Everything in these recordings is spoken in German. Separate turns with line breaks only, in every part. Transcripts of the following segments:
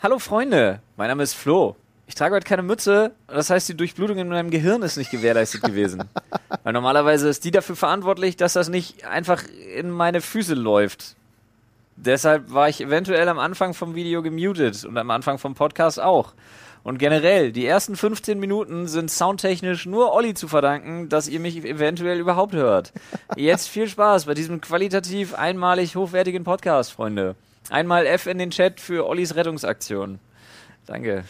Hallo Freunde, mein Name ist Flo. Ich trage heute keine Mütze, das heißt, die Durchblutung in meinem Gehirn ist nicht gewährleistet gewesen. Weil normalerweise ist die dafür verantwortlich, dass das nicht einfach in meine Füße läuft. Deshalb war ich eventuell am Anfang vom Video gemutet und am Anfang vom Podcast auch. Und generell, die ersten 15 Minuten sind soundtechnisch nur Olli zu verdanken, dass ihr mich eventuell überhaupt hört. Jetzt viel Spaß bei diesem qualitativ einmalig hochwertigen Podcast, Freunde. Einmal F in den Chat für Ollis Rettungsaktion. Danke.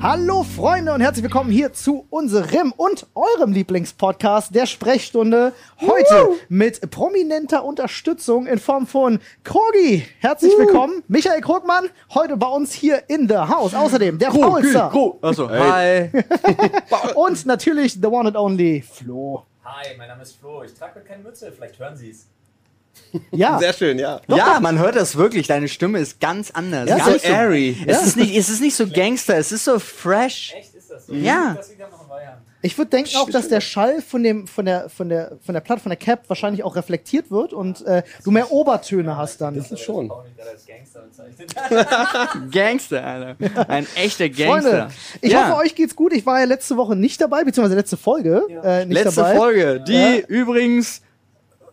Hallo Freunde und herzlich willkommen hier zu unserem und eurem Lieblingspodcast der Sprechstunde. Heute mit prominenter Unterstützung in Form von Krogi. Herzlich willkommen, Michael Krogmann, heute bei uns hier in the house. Außerdem der Paulster
Achso,
Hi.
und natürlich the one and only Flo.
Hi, mein Name ist Flo. Ich trage heute keine Mütze, vielleicht hören Sie es.
Ja,
Sehr schön, ja.
Ja, man hört das wirklich. Deine Stimme ist ganz anders.
Ja,
Gar
so
nicht
airy.
Es, ist nicht, es ist nicht so Gangster, es ist so fresh.
Echt, ist das so?
Ja.
Das liegt noch in Bayern.
ich würde denken auch, dass der Schall von dem von der von der von der Platte von der Cap wahrscheinlich auch reflektiert wird und äh, du mehr Obertöne hast dann.
Schon.
Auch nicht gerade als Gangster bezeichnet.
Gangster, Alter. Ein echter Gangster.
Freunde, ich
Ja.
hoffe, euch geht's gut. Ich war ja letzte Woche nicht dabei, beziehungsweise letzte Folge. Äh, nicht
Letzte
dabei.
Folge, die übrigens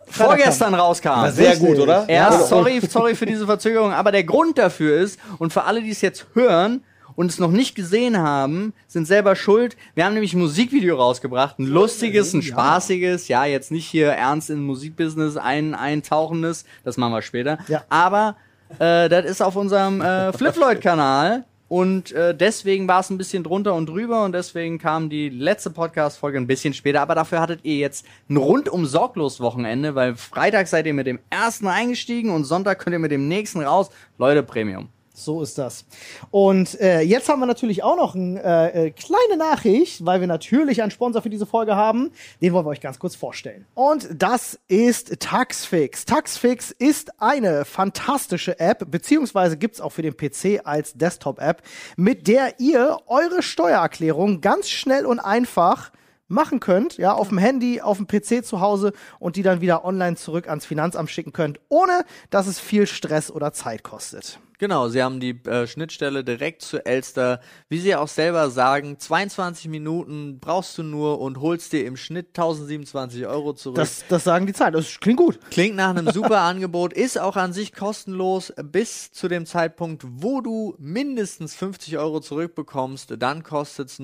vorgestern rauskam.
War sehr gut, oder?
Ja, sorry, sorry für diese Verzögerung, aber der Grund dafür ist, und für alle, die es jetzt hören und es noch nicht gesehen haben, sind selber schuld. Wir haben nämlich ein Musikvideo rausgebracht, ein lustiges, ein spaßiges, ja, jetzt nicht hier ernst in Musikbusiness ein, eintauchendes, das machen wir später.
Ja.
Aber äh, das ist auf unserem äh, Flipfloyd-Kanal. Und äh, deswegen war es ein bisschen drunter und drüber und deswegen kam die letzte Podcast-Folge ein bisschen später. Aber dafür hattet ihr jetzt ein rundum sorglos Wochenende, weil Freitag seid ihr mit dem ersten eingestiegen und Sonntag könnt ihr mit dem nächsten raus. Leute, Premium.
So ist das. Und äh, jetzt haben wir natürlich auch noch eine äh, äh, kleine Nachricht, weil wir natürlich einen Sponsor für diese Folge haben. Den wollen wir euch ganz kurz vorstellen. Und das ist Taxfix. Taxfix ist eine fantastische App, beziehungsweise gibt's auch für den PC als Desktop-App, mit der ihr eure Steuererklärung ganz schnell und einfach machen könnt, ja, auf dem Handy, auf dem PC zu Hause und die dann wieder online zurück ans Finanzamt schicken könnt, ohne dass es viel Stress oder Zeit kostet.
Genau, sie haben die äh, Schnittstelle direkt zu Elster. Wie sie auch selber sagen, 22 Minuten brauchst du nur und holst dir im Schnitt 1027 Euro zurück.
Das, das sagen die Zahlen. Das klingt gut.
Klingt nach einem super Angebot, ist auch an sich kostenlos bis zu dem Zeitpunkt, wo du mindestens 50 Euro zurückbekommst. Dann kostet es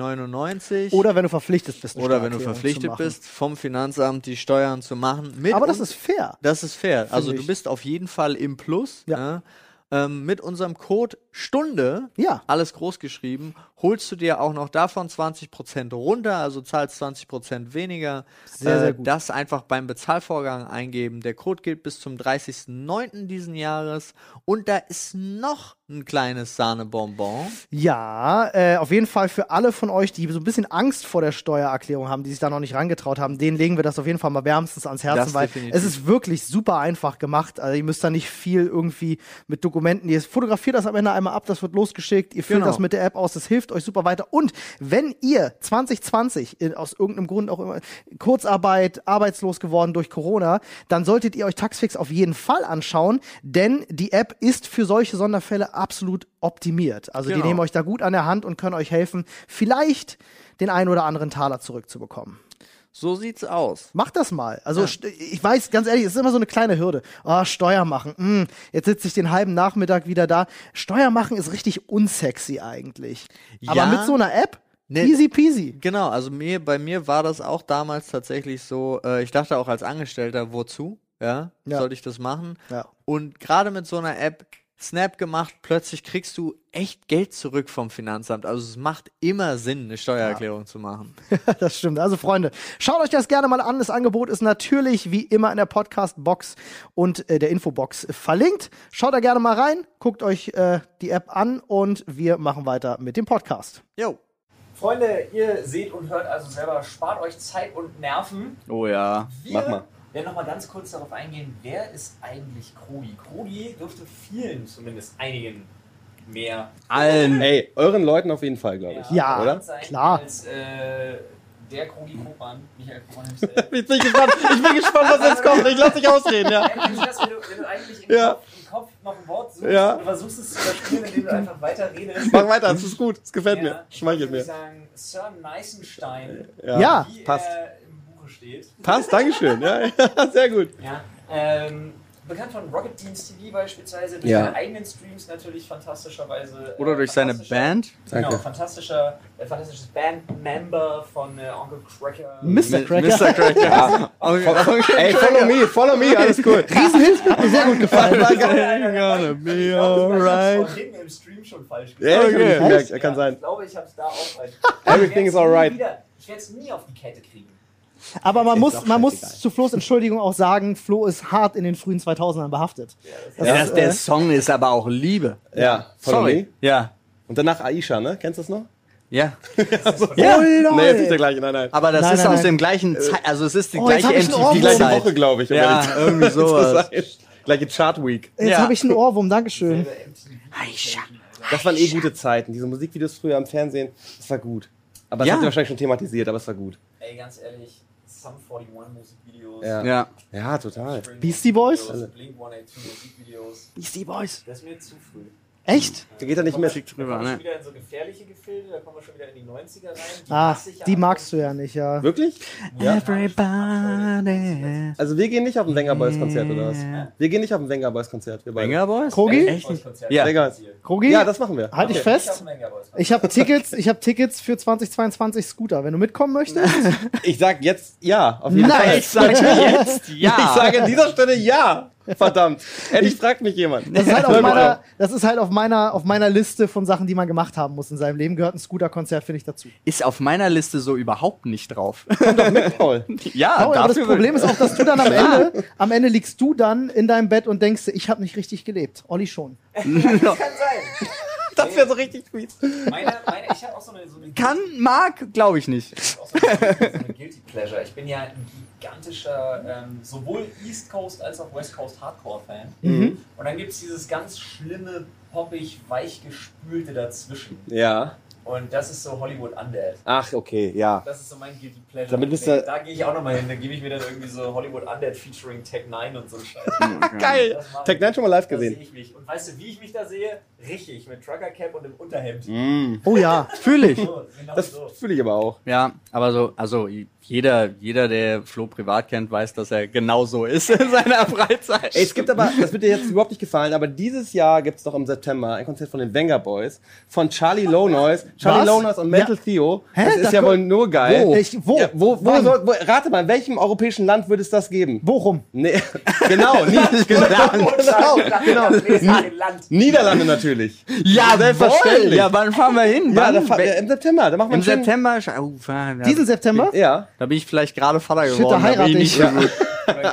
39,99.
Oder wenn du verpflichtet bist. eine
Oder wenn du
Steuererklärung zu
verpflichtet
machen.
bist, vom Finanzamt die Steuern zu machen. Mit
Aber das
uns-
ist fair.
das ist fair. Also
ich.
du bist auf jeden Fall im Plus.
Ja.
ne? Ähm, mit unserem Code Stunde,
Ja.
alles groß geschrieben, holst du dir auch noch davon 20% runter, also zahlst 20% weniger. Äh,
Sehr, sehr gut.
Das einfach beim Bezahlvorgang eingeben. Der Code gilt bis zum 30.09. diesen Jahres. Und da ist noch ein kleines Sahnebonbon.
Ja, äh, auf jeden Fall für alle von euch, die so ein bisschen Angst vor der Steuererklärung haben, die sich da noch nicht rangetraut haben, denen legen wir das auf jeden Fall mal wärmstens ans Herzen,
Das
weil
definitiv.
es ist wirklich super einfach gemacht. Also ihr müsst da nicht viel irgendwie mit Dokumenten, ihr fotografiert das am Ende einmal ab, das wird losgeschickt, ihr füllt
Genau.
das mit der App aus, das hilft euch super weiter. Und wenn ihr 2020 in, aus irgendeinem Grund auch immer Kurzarbeit, arbeitslos geworden durch Corona, dann solltet ihr euch Taxfix auf jeden Fall anschauen, denn die App ist für solche Sonderfälle absolut optimiert. Also die
Genau.
nehmen euch da gut an der Hand und können euch helfen, vielleicht den einen oder anderen Taler zurückzubekommen.
So sieht's aus.
Macht das mal. Also st- ich weiß, ganz ehrlich, es ist immer so eine kleine Hürde. Ah, Steuer machen. Mm, jetzt sitze ich den halben Nachmittag wieder da. Steuer machen ist richtig unsexy eigentlich. Aber
Ja.
mit so einer App,
Ne-
easy peasy.
Genau, also mir, bei mir war das auch damals tatsächlich so, äh, ich dachte auch als Angestellter, wozu? Ja,
Ja.
sollte ich das machen?
Ja.
Und gerade mit so einer App, Snap gemacht, plötzlich kriegst du echt Geld zurück vom Finanzamt. Also es macht immer Sinn, eine Steuererklärung zu machen.
Das stimmt. Also Freunde, schaut euch das gerne mal an. Das Angebot ist natürlich wie immer in der Podcast-Box und äh, der Infobox verlinkt. Schaut da gerne mal rein, guckt euch äh, die App an und wir machen weiter mit dem Podcast.
Jo.
Freunde, ihr seht und hört also selber, spart euch Zeit und Nerven.
Oh ja.
Wir
Mach mal.
werden nochmal ganz kurz darauf eingehen, wer ist eigentlich Krogi? Krogi dürfte vielen, zumindest einigen, mehr
Allen.
Ey, euren Leuten auf jeden Fall, glaube ich.
Ja,
Oder?
klar.
als äh, der Krogi Koban, Michael Koban himself.
Ich bin gespannt, ich bin gespannt was jetzt kommt. Ich lass dich ausreden, ja.
Kennst du das, wenn du, wenn du eigentlich im,
Ja.
Kopf, im Kopf noch ein Wort suchst
Ja.
und versuchst es zu verstehen, indem du einfach weiter redest?
Mach weiter, das ist gut. Das gefällt
Ja,
mir.
ich
Schmeichelt
würde
mir.
sagen, Sir Neisenstein,
Ja.
wie
passt.
er im Buche steht.
Passt, Dankeschön. Ja, ja, sehr gut.
Ja. Ähm, bekannt von Rocket Beans TV beispielsweise, durch
Ja.
seine eigenen Streams natürlich fantastischerweise. äh,
Oder durch seine
fantastischer-
Band.
Genau,
Danke.
fantastischer, äh, fantastisches Bandmember von äh, Onkel Cracker.
Mr. Cracker.
Mr. Cracker. Ja.
Ey, follow me, follow me, alles cool.
Riesenhilfs mir sehr gut gefallen.
gonna be alright.
Ich habe im Stream schon falsch
Ja, ich hab
Okay.
nicht gemerkt, er
Ja, Ich
kann sein.
glaube, ich habe es da auch falsch.
Everything
Ich werd's
is alright.
nie wieder- Ich werde es nie auf die Kette kriegen.
Aber man
Ist
muss,
doch
man muss
scheißegal.
zu Flo's Entschuldigung auch sagen, Flo ist hart in den frühen 2000ern behaftet. Das
Ja,
ist,
das, der Song ist aber auch Liebe.
Ja, follow me.
Sorry. Ja.
Und danach Aisha, ne? Kennst du das noch?
Ja.
Oh, lol.
Nee, ist nicht der gleiche, nein, nein.
Aber das
Nein,
ist
nein,
aus
nein.
dem gleichen Zeit, also es ist die
Oh, jetzt
gleiche
hab ich einen
die gleiche
Zeit.
Woche, glaube ich. um ehrlich
Ja,
zu
irgendwie sowas.
sein. Gleiche Chart Week.
Jetzt
Ja.
habe ich einen Ohrwurm, Dankeschön.
Das waren eh gute Zeiten. Diese Musikvideos früher am Fernsehen, das war gut. Aber das
Ja.
habt ihr wahrscheinlich schon thematisiert, aber es war gut.
Ey, ganz ehrlich, Sum 41 Musikvideos.
Ja.
Ja.
Ja, total.
Spring
Beastie Boys?
Musikvideos, Blink 182 Musikvideos.
Beastie Boys.
Das ist mir zu früh.
Echt?
Da geht er nicht mehr.
Da
drüber,
kommen wir
ne?
schon wieder in so gefährliche Gefilde, da kommen wir schon wieder in die 90er rein.
Ah,
hasse ich ja
die
alle.
magst du ja nicht, ja.
Wirklich? Ja.
Everybody.
Also wir gehen nicht auf ein Wenger Boys Konzert oder was? Wir gehen nicht auf ein Wenger Boys Konzert. Wir beide.
Banger Boys?
Krogi?
Echt?
Konzert.
Ja.
Wenger.
Krogi?
Ja, das machen wir.
Halt dich
Okay.
Ich
fest.
hab Manga Boys.
Ich habe Tickets, ich habe Tickets für 2022 Scooter. Wenn du mitkommen möchtest,
Ich sag jetzt ja, auf jeden Fall.
Ich sage jetzt ja.
Ich sage an dieser Stelle ja. Verdammt. Endlich fragt mich jemand.
das ist halt auf
Voll
meiner, das ist halt auf meiner, auf meiner Liste von Sachen, die man gemacht haben muss in seinem Leben. Gehört ein Scooter-Konzert finde ich dazu.
Ist auf meiner Liste so überhaupt nicht drauf.
mit Paul. Ah,
ja,
Paul, aber das
dafür-
Problem ist auch, dass du dann am Ende, am Ende liegst du dann in deinem Bett und denkst, ich habe nicht richtig gelebt. Olli schon.
Kann sein.
Das wäre so richtig sweet.
Meine, meine, ich habe auch so eine, so eine,
Kann, mag, glaube ich nicht.
auch so eine, so eine Guilty Pleasure. Ich bin ja ein gigantischer, ähm, sowohl East Coast als auch West Coast Hardcore-Fan.
Mhm.
Und dann gibt es dieses ganz schlimme, poppig, weichgespülte dazwischen.
Ja. Und
Und das ist so Hollywood Undead.
ach, okay, ja.
Das ist so mein Guilty Pleasure.
Damit bist
da
du-
gehe ich auch nochmal hin. Da gebe ich mir dann irgendwie so Hollywood Undead featuring Tech 9 und so einen Scheiß.
Geil.
Das mache
Tech
ich.
9 schon mal live
Da sehe
gesehen.
ich mich. Und weißt du, wie ich mich da sehe? Richtig, mit Trucker Cap und im Unterhemd.
Oh ja.
Fühle ich.
So, genau
Mhm. Das
so.
fühle ich aber auch.
Ja, aber so, also jeder, jeder, der Flo privat kennt, weiß, dass er genau so ist in seiner Freizeit.
Ey, es gibt aber, das wird dir jetzt überhaupt nicht gefallen, aber dieses Jahr gibt es doch im September ein Konzert von den Venga Boys, von Charlie Low Noise, Charlie
Was?
Low Noise und Metal
Ja.
Theo.
Hä?
Das ist
Da
ja
kommt-
wohl nur geil.
Wo? Ich- wo?
Ja, wo, wo,
Wann?
soll- wo, rate mal, in welchem europäischen Land würde es das geben?
Bochum.
Nee, genau, nie, genau, genau, genau. Niederlande natürlich.
ja,
Selbstverständlich.
Ja, wann fahren wir hin?
Ja,
Wann?
da fa- ja, im September, da machen
Im
wir einen schönen-
September? Sche- Oh, fahren wir-
Diesen September?
Ja.
Da bin ich vielleicht gerade Vater
Shit,
geworden.
da
bin
heirate
nicht
ich.
so
Ja.
gut.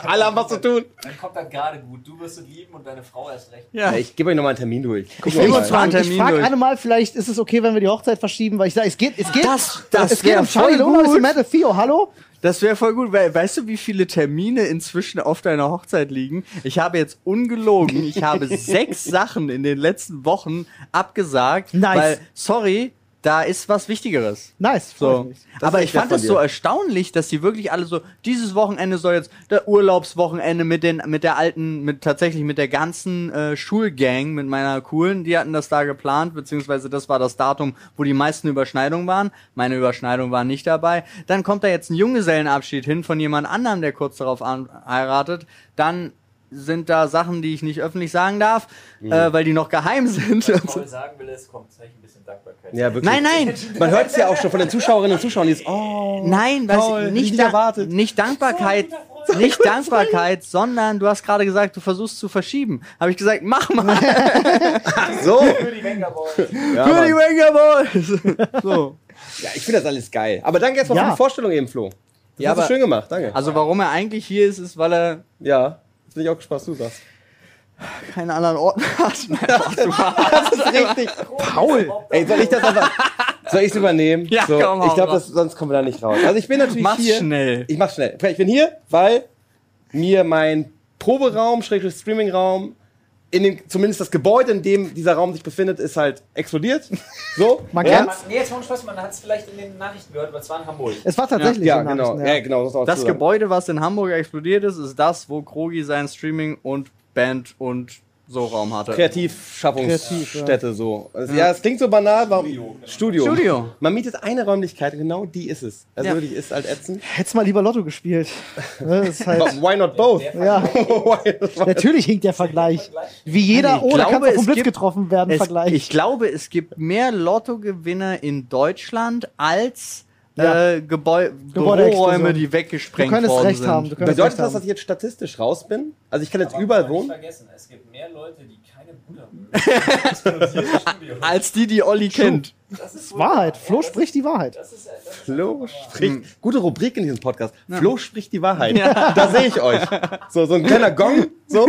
Alle haben was zu tun.
Dann kommt das gerade gut. Du wirst es lieben und deine Frau erst recht.
Ja.
ich gebe euch nochmal einen Termin durch. Gucken
will
wir
uns
mal.
Fragen.
mal-
Ich
Termin
frage
durch.
Anne mal, vielleicht ist es okay, wenn wir die Hochzeit verschieben, weil ich sage, es geht, es geht.
Das- das
es geht
wär
um Charlie
voll
Lonas
gut.
und Metal Theo, hallo?
Das wäre voll gut, weil weißt du, wie viele Termine inzwischen auf deiner Hochzeit liegen? Ich habe jetzt ungelogen, ich habe sechs Sachen in den letzten Wochen abgesagt,
Nice.
weil sorry, da ist was Wichtigeres.
Nice, freut
So.
mich.
Aber
ist
ich
nett
fand
von
es so
dir.
erstaunlich, dass die wirklich alle so, dieses Wochenende soll jetzt der Urlaubswochenende mit den, mit der alten, mit tatsächlich mit der ganzen äh, Schulgang, mit meiner coolen, die hatten das da geplant, beziehungsweise das war das Datum, wo die meisten Überschneidungen waren. Meine Überschneidung war nicht dabei. Dann kommt da jetzt ein Junggesellenabschied hin von jemand anderem, der kurz darauf an, heiratet. Dann sind da Sachen, die ich nicht öffentlich sagen darf,
Mhm.
äh, weil die noch geheim sind.
Was Paul sagen will, es kommt gleich ein bisschen Dankbarkeit.
Ja, wirklich.
Nein, nein,
Man hört es ja auch schon von den Zuschauerinnen und Zuschauern, die ist, oh.
Nein, weißt
Toll,
du, nicht,
nicht
da,
erwartet.
nicht Dankbarkeit, nicht Dankbarkeit, sondern du hast gerade gesagt, du versuchst zu verschieben. Habe ich gesagt, mach mal
So.
Für die Venga Boys.
Ja,
für die
Mann.
Wanger Boys. So.
ja ich finde das alles geil. Aber danke erstmal
Ja.
für die Vorstellung eben, Flo. Das
Ja,
hast du
aber-
schön gemacht, danke.
Also warum er eigentlich hier ist, ist, weil er
Ja, jetzt bin ich auch gespannt, was du sagst.
keinen anderen Ort hat. Nein,
Das ist richtig.
Paul!
Ey, soll ich das einfach, soll ich's übernehmen?
Ja,
so,
komm, hau
Ich glaube,
raus.
sonst kommen wir da nicht raus. Also ich bin natürlich
Mach's
hier.
schnell.
Ich mach's schnell. Ich bin hier, weil mir mein Proberaum, Schrägstrich Streamingraum in dem, zumindest das Gebäude, in dem dieser Raum sich befindet, ist halt explodiert. So.
Man
ja.
kennt's.
Nee, jetzt mal Spaß, man hat es vielleicht in den Nachrichten gehört, aber es war in Hamburg.
Es war tatsächlich
Ja,
in den
genau.
Nachrichten,
Ja, genau. muss man auch
Das
dazu sagen.
Gebäude, was in Hamburg explodiert ist, ist das, wo Krogi sein Streaming und Band und so Raum hatte.
Kreativ,
Kreativschaffungsstätte so. Also, ja, es klingt so banal, warum Studio. Studio.
Studio.
Man mietet eine Räumlichkeit, genau die ist es. Also
Ja.
wirklich ist halt ätzend.
Hättest mal lieber Lotto gespielt. Ne, Das ist halt,
But why not both?
ja,
Why not?
natürlich hinkt der Vergleich. Wie jeder,
Ich
oh, da kannst
glaube,
du vom
es
Blitz
gibt-
getroffen werden,
Es,
Vergleich.
Ich glaube, es gibt mehr Lottogewinner in Deutschland als
Ja.
äh, Gebäu Büroräume,
Gebäudeexplosion.
die
du
weggesprengt
könntest
worden
recht
sind.
haben. Du könntest
Bedeutet
recht
das, dass
haben.
ich jetzt statistisch raus bin? Also ich kann jetzt überall wohnen.
vergessen, es gibt mehr Leute, die keine Brüder mögen.
als die, die Olli kennt.
Das ist
Wahrheit. Flo spricht die Wahrheit.
Das ist, äh, das ist
Flo spricht. Gute Rubrik in diesem Podcast. Flo spricht die Wahrheit. Da sehe ich euch. So, so ein kleiner Gong. So.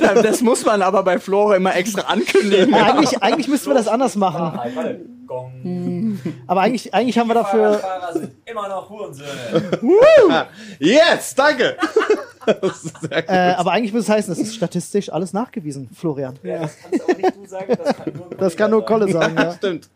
Das muss man aber bei Flora immer extra ankündigen.
Ja, eigentlich, eigentlich müssten wir das anders machen.
Wahrheit. Warte. Gong.
Aber eigentlich, eigentlich haben wir
Fahrradfahrer
dafür.
sind immer noch Hurensöhne.
Yes, danke. Das ist sehr gut.
Äh, aber eigentlich müsste es heißen, das ist statistisch alles nachgewiesen, Florian.
Ja. Das kannst aber nicht du sagen, das kann nur
Das kann nur Kolle sagen.
Ja,
Ja.
stimmt.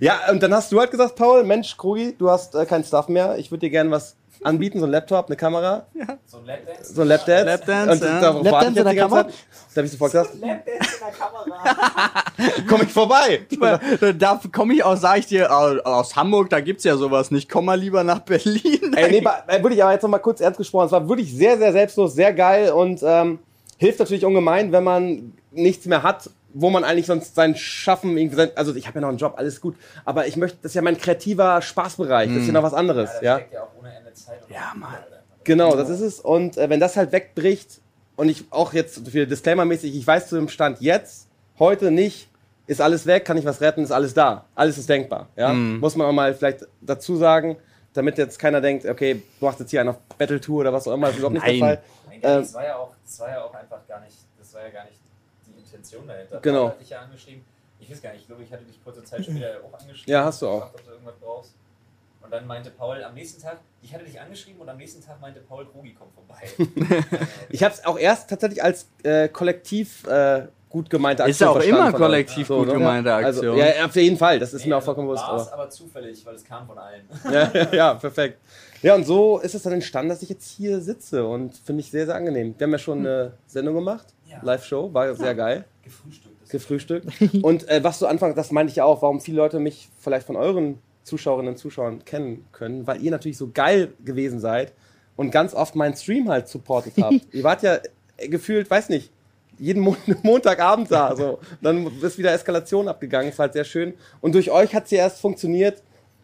Ja, und dann hast du halt gesagt, Paul, Mensch, Krogi, du hast äh, keinen Stuff mehr. Ich würde dir gerne was anbieten, so ein Laptop, eine Kamera,
So ein Lapdance.
so ein Lapdance.
Lapdance,
und
ja.
darauf warte
Lapdance
ich
in
jetzt
der
die ganze
Kamera?
Zeit. Da habe ich sofort gesagt,
Lapdance in der Kamera.
komm ich vorbei.
da komme ich aus, sage ich dir, au- aus Hamburg, da gibt's ja sowas nicht. Komm mal lieber nach Berlin.
Ey, nee, ba- äh, wirklich, aber jetzt nochmal kurz ernst gesprochen. Es war wirklich sehr, sehr selbstlos, sehr geil und ähm, hilft natürlich ungemein, wenn man nichts mehr hat, wo man eigentlich sonst sein Schaffen, irgendwie sein, also ich habe ja noch einen Job, alles gut, aber ich möchte, das ist ja mein kreativer Spaßbereich, das ist ja noch was anderes, Mhm. ja.
steckt ja auch ohne Ende Zeit. und-
Ja, Mann.
Genau, das ist es. Und äh, wenn das halt wegbricht, und ich auch jetzt für Disclaimer-mäßig, ich weiß zu dem Stand jetzt, heute nicht, ist alles weg, kann ich was retten, ist alles da. Alles ist denkbar. Ja?
Mhm.
Muss man auch mal vielleicht dazu sagen, damit jetzt keiner denkt, okay, du machst jetzt hier einen auf Battle-Tour oder was auch immer, ist überhaupt nicht
Nein.
der Fall.
Nein,
Ähm,
das war ja auch, das war ja auch einfach gar nicht, das war ja gar nicht die Intention dahinter.
Genau.
Ich hatte dich ja angeschrieben. Ich weiß gar nicht, ich glaube, ich hatte dich kurze Zeit später auch angeschrieben.
Ja, hast du auch.
gefragt, Ob du irgendwas brauchst. Und dann meinte Paul am nächsten Tag, ich hatte dich angeschrieben und am nächsten Tag meinte Paul, Krogi kommt vorbei.
Ich habe es auch erst tatsächlich als äh, kollektiv äh, gut gemeinte Aktion
Ist ja auch
verstanden
immer
von euch.
kollektiv gut gemeinte
Also,
Aktion.
ja, auf jeden Fall, das ist mir auch
Nee, also
vollkommen bewusst.
war's,
Aber.
aber zufällig, weil es kam von allen.
ja, ja, perfekt. Ja, und so ist es dann entstanden, dass ich jetzt hier sitze und finde ich sehr, sehr angenehm. Wir haben ja schon eine Sendung gemacht,
Ja.
Live-Show, war sehr geil,
Gefrühstückt. Das
gefrühstückt. Und äh, was du anfangs, das meinte ich ja auch, warum viele Leute mich vielleicht von euren Zuschauerinnen und Zuschauern kennen können, weil ihr natürlich so geil gewesen seid und ganz oft meinen Stream halt supportet habt. ihr wart ja äh, gefühlt, weiß nicht, jeden Mon Montagabend da. So. Dann ist wieder Eskalation abgegangen, ist halt sehr schön. Und durch euch hat sie erst funktioniert,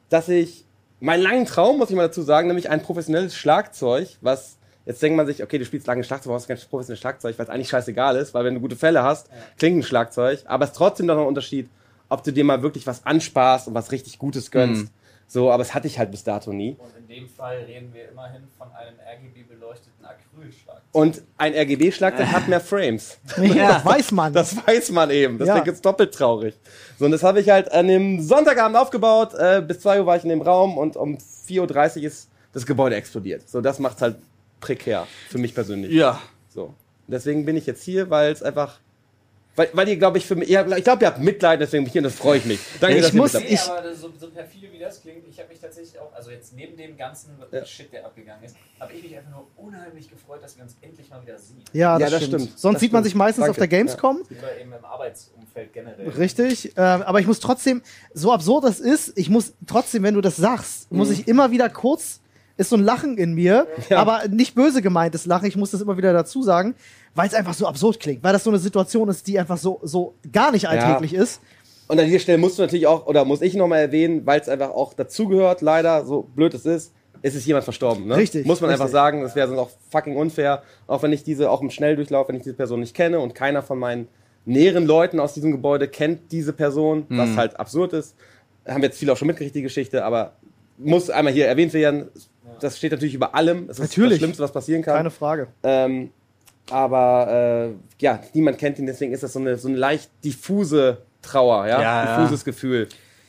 dass ich meinen langen Traum, muss ich mal dazu sagen, nämlich ein professionelles Schlagzeug, was jetzt denkt man sich, okay, du spielst lange Schlagzeug, warum hast du kein professionelles Schlagzeug, weil es eigentlich scheißegal ist, weil wenn du gute Fälle hast, klingt ein Schlagzeug, aber es ist trotzdem doch noch ein Unterschied, ob du dir mal wirklich was ansparst und was richtig Gutes gönnst. So, aber es hatte ich halt bis dato nie.
Und in dem Fall reden wir immerhin von einem RGB-beleuchteten Acrylschlag.
Und ein RGB-Schlagzeug hat mehr Frames.
Ja. Das weiß man.
Das weiß man eben. Das
Ja.
klingt jetzt doppelt traurig. So, und das habe ich halt an dem Sonntagabend aufgebaut. Äh, bis 2 Uhr war ich in dem Raum und um 4.30 Uhr ist das Gebäude explodiert. So, das macht halt prekär für mich persönlich.
Ja.
So. Und Deswegen bin ich jetzt hier, weil es einfach. Weil, weil ihr, glaube ich, für mich. Ihr, habt- ich glaube, ihr habt Mitleid, deswegen bin ich hier und das freue ich mich. Danke,
Ich
dass ihr
muss-
Mitleid
Nee,
Ich-
aber das- so, so perfide wie das klingt, ich habe mich tatsächlich auch, also jetzt neben dem ganzen
Ja.
Shit, der abgegangen ist, habe ich mich einfach nur unheimlich gefreut, dass wir uns endlich mal wieder sehen.
Ja, das,
Ja, das
stimmt.
stimmt.
Sonst
Das
sieht man
stimmt.
sich meistens auf der
Danke.
Gamescom.
Oder eben im Arbeitsumfeld generell.
Richtig, ähm, aber ich muss trotzdem, so absurd das ist, ich muss trotzdem, wenn du das sagst, muss
Mhm.
ich immer wieder kurz, ist so ein Lachen in mir, aber nicht böse gemeintes Lachen, ich muss das immer wieder dazu sagen, weil es einfach so absurd klingt, weil das so eine Situation ist, die einfach so, so gar nicht alltäglich ist.
Und an dieser Stelle musst du natürlich auch, oder muss ich nochmal erwähnen, weil es einfach auch dazugehört, leider, so blöd es ist, es ist jemand verstorben. Ne?
Richtig,
Muss man
richtig.
einfach sagen, das wäre sonst auch fucking unfair, auch wenn ich diese, auch im Schnelldurchlauf, wenn ich diese Person nicht kenne und keiner von meinen näheren Leuten aus diesem Gebäude kennt diese Person, was halt absurd ist. Haben wir jetzt viel auch schon mitgekriegt, die Geschichte, aber muss einmal hier erwähnt werden, das steht natürlich über allem. Das ist
Natürlich.
das Schlimmste, was passieren kann.
Keine Frage.
Ähm, aber äh, ja, niemand kennt ihn, deswegen ist das so eine, so eine leicht diffuse Trauer, ja?
Ja, ja.
Diffuses Gefühl.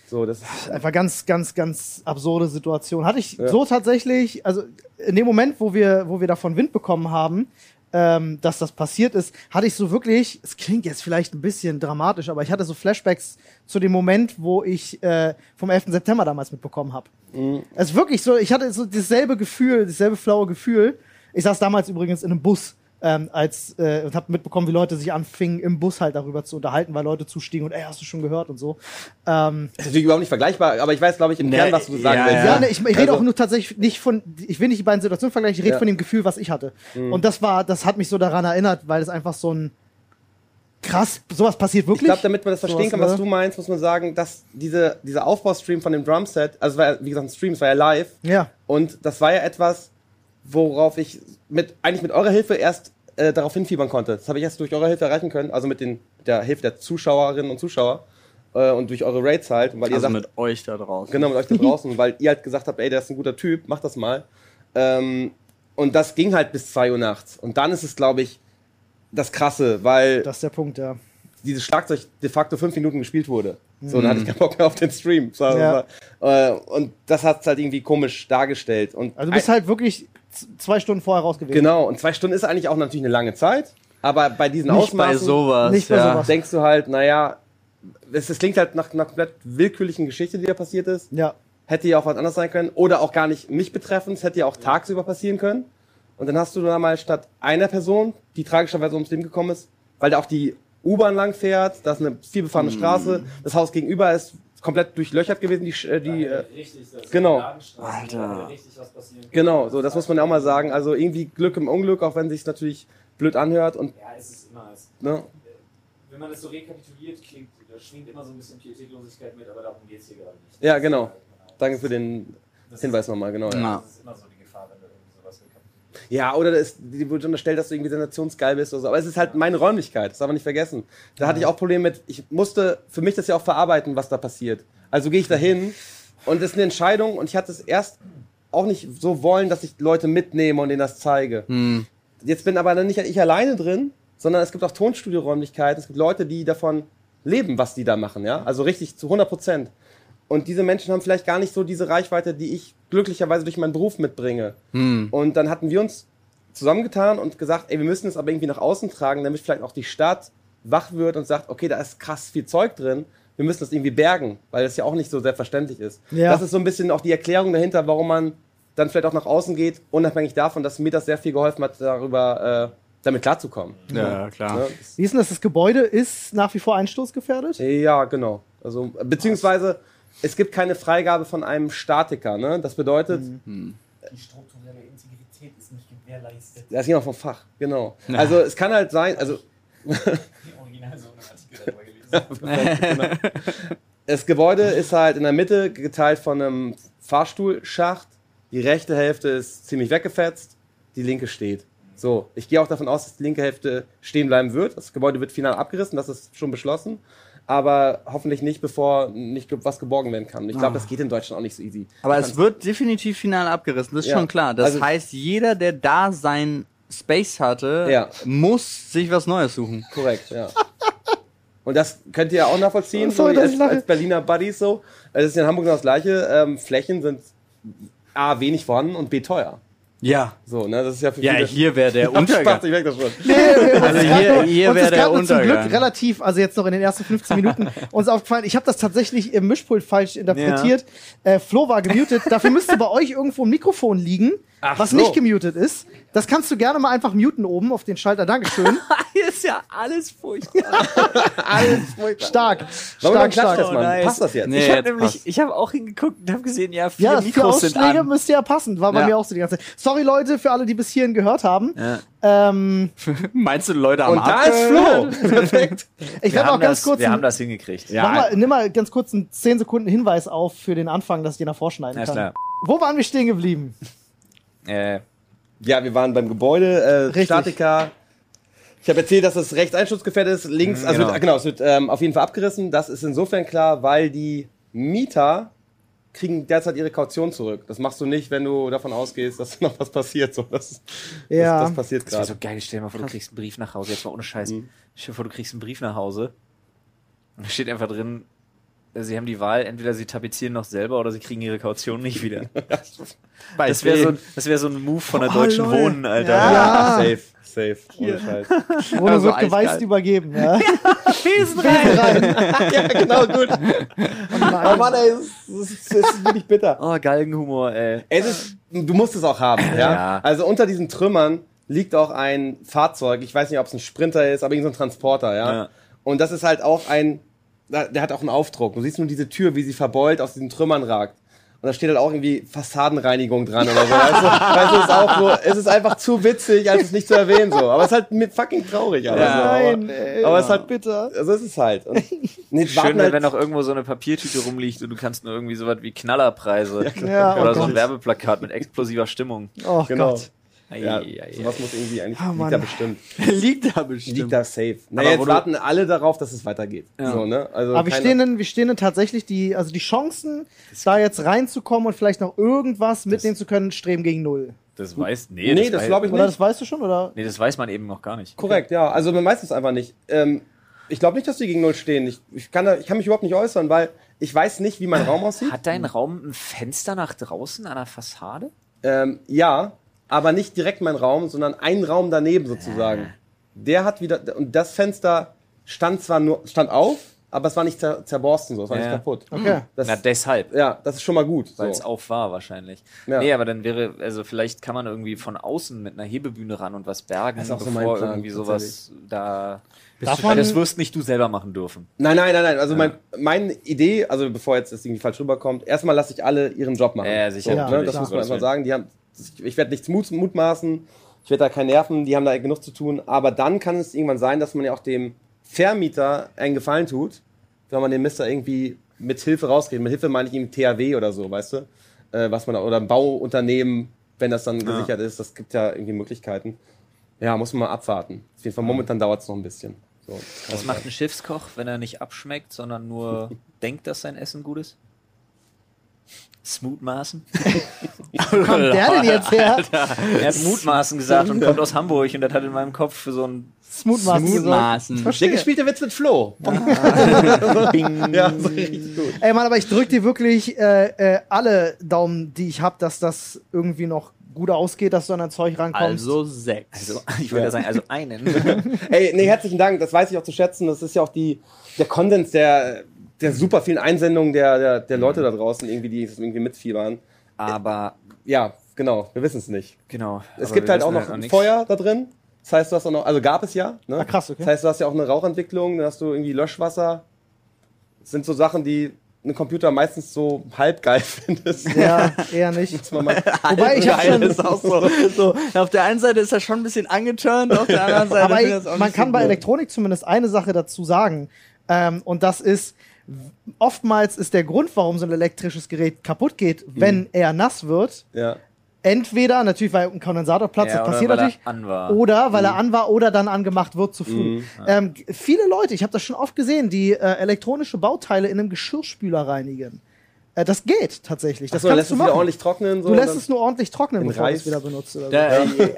So, das ist,
Einfach ganz, ganz, ganz absurde Situation. Hatte ich so tatsächlich, also in dem Moment, wo wir, wo wir davon Wind bekommen haben, ähm, dass das passiert ist, hatte ich so wirklich, es klingt jetzt vielleicht ein bisschen dramatisch, aber ich hatte so Flashbacks zu dem Moment, wo ich äh, vom 11. September damals mitbekommen habe. Es ist wirklich so, ich hatte so dasselbe Gefühl, dasselbe flaue Gefühl. Ich saß damals übrigens in einem Bus ähm, als äh, und habe mitbekommen, wie Leute sich anfingen, im Bus halt darüber zu unterhalten, weil Leute zustiegen und ey, hast du schon gehört und so. Ähm,
Ist natürlich überhaupt nicht vergleichbar, aber ich weiß, glaube ich, im
Nee,
Kern, was du sagen
Ne, ja,
willst.
ja, ne, ich, ich rede
Also-
auch nur tatsächlich nicht von, ich will nicht die beiden Situationen vergleichen, ich rede
Ja. Mhm.
von dem Gefühl, was ich hatte. Und das war, das hat mich so daran erinnert, weil es einfach so ein krass, sowas passiert
Ich
wirklich.
glaube, damit man das verstehen
Sowas,
kann, was
ne?
du meinst, muss man sagen, dass diese, dieser Aufbaustream von dem Drumset, also es war, ja, wie gesagt, ein Stream, es war ja live.
ja.
Und das war ja etwas, worauf ich mit, eigentlich mit eurer Hilfe erst äh, darauf hinfiebern konnte. Das habe ich erst durch eure Hilfe erreichen können, also mit den, mit der Hilfe der Zuschauerinnen und Zuschauer äh, und durch eure Raids halt. Weil ihr
Also
sagt,
mit euch da draußen.
Genau, mit euch da draußen, weil ihr halt gesagt habt, ey, der ist ein guter Typ, mach das mal. Ähm, und das ging halt bis 2 Uhr nachts. Und dann ist es, glaube ich, das Krasse, weil
Das ist der Punkt, ja.
dieses Schlagzeug de facto fünf Minuten gespielt wurde. So, dann hatte ich keinen Bock mehr auf den Stream. So,
Mhm. Ja.
äh, und das hat es halt irgendwie komisch dargestellt. Und
Also du bist
ein-
halt wirklich z- zwei Stunden vorher raus gewesen.
genau, und zwei Stunden ist eigentlich auch natürlich eine lange Zeit, aber bei diesen
Nicht bei
Ausmaßen
sowas.
Nicht bei
ja.
sowas.
denkst du halt, naja, es, es klingt halt nach einer komplett willkürlichen Geschichte, die da passiert ist.
Ja.
Hätte ja auch was anderes sein können. Oder auch gar nicht mich betreffend. Es hätte ja auch tagsüber passieren können. Und dann hast du da mal statt einer Person, die tragischerweise ums Leben gekommen ist, weil da auch die U-Bahn lang fährt, da ist eine vielbefahrene
Mhm.
Straße, das Haus gegenüber ist komplett durchlöchert gewesen, die, Sch- äh, die äh,
Richtig, das ist
genau.
eine Ladenstraße, da
Alter.
hätte Richtig was passieren können.
genau, so, das muss man ja auch mal sagen. Also irgendwie Glück im Unglück, auch wenn sich's natürlich blöd anhört und,
Ja, es ist immer. Es,
ne,
wenn man das so rekapituliert, klingt, da schwingt immer so ein bisschen Pietätlosigkeit mit, aber darum geht es hier gerade nicht.
Ja, genau.
Das
danke für den
ist-
Hinweis nochmal, genau. Ja.
Ja.
Das ist immer so die Gefahr, wenn du irgendwie sowas rekapitulierst.
Ja, oder es die wird unterstellt, dass du irgendwie sensationsgeil bist oder so. Aber es ist halt meine Räumlichkeit, das darf man nicht vergessen. Da hatte ich auch Probleme mit, ich musste für mich das ja auch verarbeiten, was da passiert. Also gehe ich da hin und es ist eine Entscheidung und ich hatte es erst auch nicht so wollen, dass ich Leute mitnehme und denen das zeige.
Hm.
Jetzt bin aber dann nicht ich alleine drin, sondern es gibt auch Tonstudio-Räumlichkeiten, es gibt Leute, die davon leben, was die da machen, ja? Also richtig zu 100 Prozent. Und diese Menschen haben vielleicht gar nicht so diese Reichweite, die ich glücklicherweise durch meinen Beruf mitbringe. Und dann hatten wir uns zusammengetan und gesagt, ey, wir müssen es aber irgendwie nach außen tragen, damit vielleicht auch die Stadt wach wird und sagt, okay, da ist krass viel Zeug drin, wir müssen das irgendwie bergen, weil das ja auch nicht so selbstverständlich ist.
Ja.
Das ist so ein bisschen auch die Erklärung dahinter, warum man dann vielleicht auch nach außen geht, unabhängig davon, dass mir das sehr viel geholfen hat, darüber äh, damit klarzukommen.
Ja, klar.
Ne?
Wie ist denn das? Das Gebäude ist nach wie vor einstoßgefährdet?
Ja, genau. Also, beziehungsweise, es gibt keine Freigabe von einem Statiker. Ne? Das bedeutet,
Mhm.
Äh.
Die strukturelle Integrität ist nicht gewährleistet.
das ist jemand vom Fach, genau. Also es kann halt sein, also
Im Original so einen Artikel darüber gelesen.
Das Gebäude ist halt in der Mitte geteilt von einem Fahrstuhlschacht. Die rechte Hälfte ist ziemlich weggefetzt, die linke steht. So, ich gehe auch davon aus, dass die linke Hälfte stehen bleiben wird. Das Gebäude wird final abgerissen, das ist schon beschlossen. Aber hoffentlich nicht, bevor nicht ge- was geborgen werden kann. Und Ich glaube, das geht in Deutschland auch nicht so easy.
Ah. Aber
Du
es
kannst-
wird definitiv final abgerissen, das ist
Ja.
schon klar. Das
Also-
heißt, jeder, der da sein Space hatte,
Ja.
muss sich was Neues suchen.
Korrekt, ja. Und das könnt ihr ja auch nachvollziehen, so,
Sorry, dass ich
als,
lache.
als Berliner Buddies so. Es ist in Hamburg genau das gleiche. Ähm, Flächen sind A, wenig vorhanden und B, teuer.
Ja.
So, ne, das ist ja für
Ja,
viele-
hier wäre der
Spaß,
Untergang.
ich merke das schon.
Also hier, hier
Uns
wäre
ist
der
gerade nur zum Glück
Untergang.
relativ, also jetzt noch in den ersten 15 Minuten, uns aufgefallen. Ich habe das tatsächlich im Mischpult falsch interpretiert. Äh, Flo war gemutet. Dafür müsste bei euch irgendwo ein Mikrofon liegen, was
so.
nicht gemutet ist. Das kannst du gerne mal einfach muten oben auf den Schalter. Dankeschön.
Hier ist ja alles furchtbar.
Stark.
Warum
Stark,
dann klatscht das,
stark.
Oh,
Mann?
nice.
Passt das jetzt?
Nee,
ich habe
jetzt
nämlich,
passt.
ich habe auch hingeguckt und habe gesehen, ja, vier
Ja, vier
Mikros sind
Ausschläge
an.
müsste ja passen. War bei
Ja.
mir auch so die ganze Zeit. Sorry, Leute, für alle, die bis hierhin gehört haben.
Ja.
Ähm,
Meinst du, Leute haben
Und da ist Flo. Perfekt.
ich
Wir,
werde
haben
auch ganz
das,
kurz.
wir
ein-
haben das hingekriegt.
mach mal, nimm mal ganz kurz einen 10 Sekunden Hinweis auf für den Anfang, dass ich den noch vorschneiden
Na
kann.
klar.
Wo waren wir stehen geblieben?
Äh,
Ja, wir waren beim Gebäude, äh,
Richtig.
Statiker. Ich habe erzählt, dass das rechts Einschutzgefährdet ist, links,
Mhm,
also
genau.
Wird, genau, es wird ähm, auf jeden Fall abgerissen. Das ist insofern klar, weil die Mieter kriegen derzeit ihre Kaution zurück. Das machst du nicht, wenn du davon ausgehst, dass noch was passiert. So, das,
Ja.
das, das passiert
das wäre
gerade.
so geil. Stell dir mal vor, du kriegst einen Brief
Mhm.
nach Hause. Jetzt mal ohne Scheiß. Stell dir vor, du kriegst einen Brief nach Hause. Und da steht einfach drin, sie haben die Wahl, entweder sie tapezieren noch selber oder sie kriegen ihre Kaution nicht wieder.
Bei
Das wäre so,
wem?
ein- das wär so ein Move von der
Oh,
Deutschen
lol.
Wohnen, Alter.
Ja.
Safe, safe. Ohne Scheiß.
Wurde
Also
wird geweist
eiskalt.
übergeben, ja.
Besen rein.
ja, genau, gut. Oh Mann, ey, es ist, es ist wirklich bitter.
Oh, Galgenhumor, ey.
Es ist, du musst es auch haben, ja?
Ja.
Also unter diesen Trümmern liegt auch ein Fahrzeug. Ich weiß nicht, ob es ein Sprinter ist, aber irgendein so ein Transporter, ja?
Ja.
Und das ist halt auch ein, da- der hat auch einen Aufdruck. Du siehst nur diese Tür, wie sie verbeult aus diesen Trümmern ragt. Und da steht halt auch irgendwie Fassadenreinigung dran oder so. Weißt du, weißt du, es ist auch so, es ist einfach zu witzig, als es nicht zu erwähnen, so. Aber es ist halt mit fucking traurig, Alter.
Ja.
so.
Nein, ey,
aber es hat-
halt bitter.
Also es ist halt. Und, nee,
Schön,
warten
wäre,
halt-
wenn noch irgendwo so eine Papiertüte rumliegt und du kannst nur irgendwie sowas wie Knallerpreise
klar. Ja,
oder
oh
so ein
Gott.
Werbeplakat mit explosiver Stimmung.
Oh
Genau.
Gott.
Ja,
Ei, ei, ei.
sowas muss irgendwie eigentlich,
Ah, Mann.
liegt da bestimmt.
Liegt da bestimmt.
Liegt da safe.
Aber
Naja,
wo
jetzt
du-
warten alle darauf, dass es weitergeht. So, ne? also
Aber wir
keine-
stehen, denn, wir stehen denn tatsächlich die, also die Chancen, da jetzt reinzukommen und vielleicht noch irgendwas mitnehmen zu können, streben gegen null.
Das weiß, nee,
Nee, das,
weiß-
glaube ich
Oder
nicht.
das weißt du schon, oder?
Nee, das weiß man eben noch gar nicht.
Korrekt, ja. Also man weiß es einfach nicht. Ähm, ich glaube nicht, dass die gegen Null stehen. Ich, ich, kann da, ich kann mich überhaupt nicht äußern, weil ich weiß nicht, wie mein Raum aussieht.
Hat dein Raum ein Fenster nach draußen an der Fassade?
Ähm, ja, aber nicht direkt mein Raum, sondern ein Raum daneben
Ah.
sozusagen. Der hat wieder, und das Fenster stand zwar nur, stand auf, aber es war nicht zer, zerborsten so, es war
Ja.
nicht kaputt.
Okay.
Das,
Na, deshalb.
ja, das ist schon mal gut. So.
Weil es auf war wahrscheinlich.
Ja.
Nee, aber dann wäre, also vielleicht kann man irgendwie von außen mit einer Hebebühne ran und was bergen,
Das ist auch so mein
bevor
Plan,
irgendwie sowas da.
Darf
Weil
man,
das wirst nicht du selber machen dürfen.
Nein, nein, nein, nein. Also mein, meine Idee, also bevor jetzt das irgendwie falsch rüberkommt, erstmal lasse ich alle ihren Job machen.
Ja, ja, sicher,
So, ne?
natürlich,
Das muss
klar.
man erstmal sagen. Die haben, ich werde nichts mut, mutmaßen, ich werde da keinen nerven, die haben da genug zu tun. Aber dann kann es irgendwann sein, dass man ja auch dem Vermieter einen Gefallen tut, wenn man den Mister irgendwie mit Hilfe rauskriegt. Mit Hilfe meine ich ihm THW oder so, weißt du? Äh, was man da- oder ein Bauunternehmen, wenn das dann gesichert ist, das gibt ja irgendwie Möglichkeiten. Ja, muss man mal abwarten. Auf jeden Fall momentan dauert es noch ein bisschen. So,
Was macht ein Schiffskoch, wenn er nicht abschmeckt, sondern nur denkt, dass sein Essen gut ist? Smutmaßen?
wo kommt der denn jetzt her?
Er hat Mutmaßen gesagt und kommt aus Hamburg und das hat in meinem Kopf für so ein
Smoothmaßen.
Smoothmaßen.
gesagt. Ich
Der
verstehe.
gespielte Witz mit Flo. Ah. ja, so richtig gut.
Ey Mann, aber ich drück dir wirklich äh, äh, alle Daumen, die ich hab, dass das irgendwie noch gut ausgeht, dass du an dein Zeug rankommst.
Also sechs.
Also, ich würde
Ja.
sagen, also einen.
Ey, nee, herzlichen Dank. Das weiß ich auch zu schätzen. Das ist ja auch die, der Konsens der, der super vielen Einsendungen der, der, der Leute da draußen, irgendwie, die das irgendwie mitfiebern.
Aber,
Ja, genau. Wir wissen es nicht.
genau.
Es
aber
gibt
wir
halt auch
wissen
noch
nichts.
Feuer da drin. Das heißt, du hast auch noch, also gab es ja. Ne?
Ah, krass, okay.
Das heißt, du hast ja auch eine Rauchentwicklung, dann hast du irgendwie Löschwasser. Das sind so Sachen, die ein Computer meistens so halb geil findest.
ja, eher nicht.
Muss man mal-
Wobei ich hab
Geil,
schon,
ist auch so, so. Auf der einen Seite ist das schon ein bisschen angeturnt, auf der anderen Seite
Aber
ist
ich,
das auch
man
nicht
kann
so
bei
gut.
Elektronik zumindest eine Sache dazu sagen. Ähm, und das ist, w- oftmals ist der Grund, warum so ein elektrisches Gerät kaputt geht, wenn er nass wird.
ja.
Entweder natürlich, weil ein Kondensator platzt,
Ja,
das
oder
passiert
weil er
natürlich.
an war.
Oder weil er an war oder dann angemacht wird zu früh. Ähm, g- viele Leute, ich habe das schon oft gesehen, die äh, elektronische Bauteile in einem Geschirrspüler reinigen. Äh, das geht tatsächlich. Das
Achso, dann
kannst
lässt
du
es wieder
machen.
ordentlich trocknen. So,
du
und
lässt
dann-
es nur ordentlich trocknen,
in
bevor du es
Reis.
wieder benutzt. Oder so.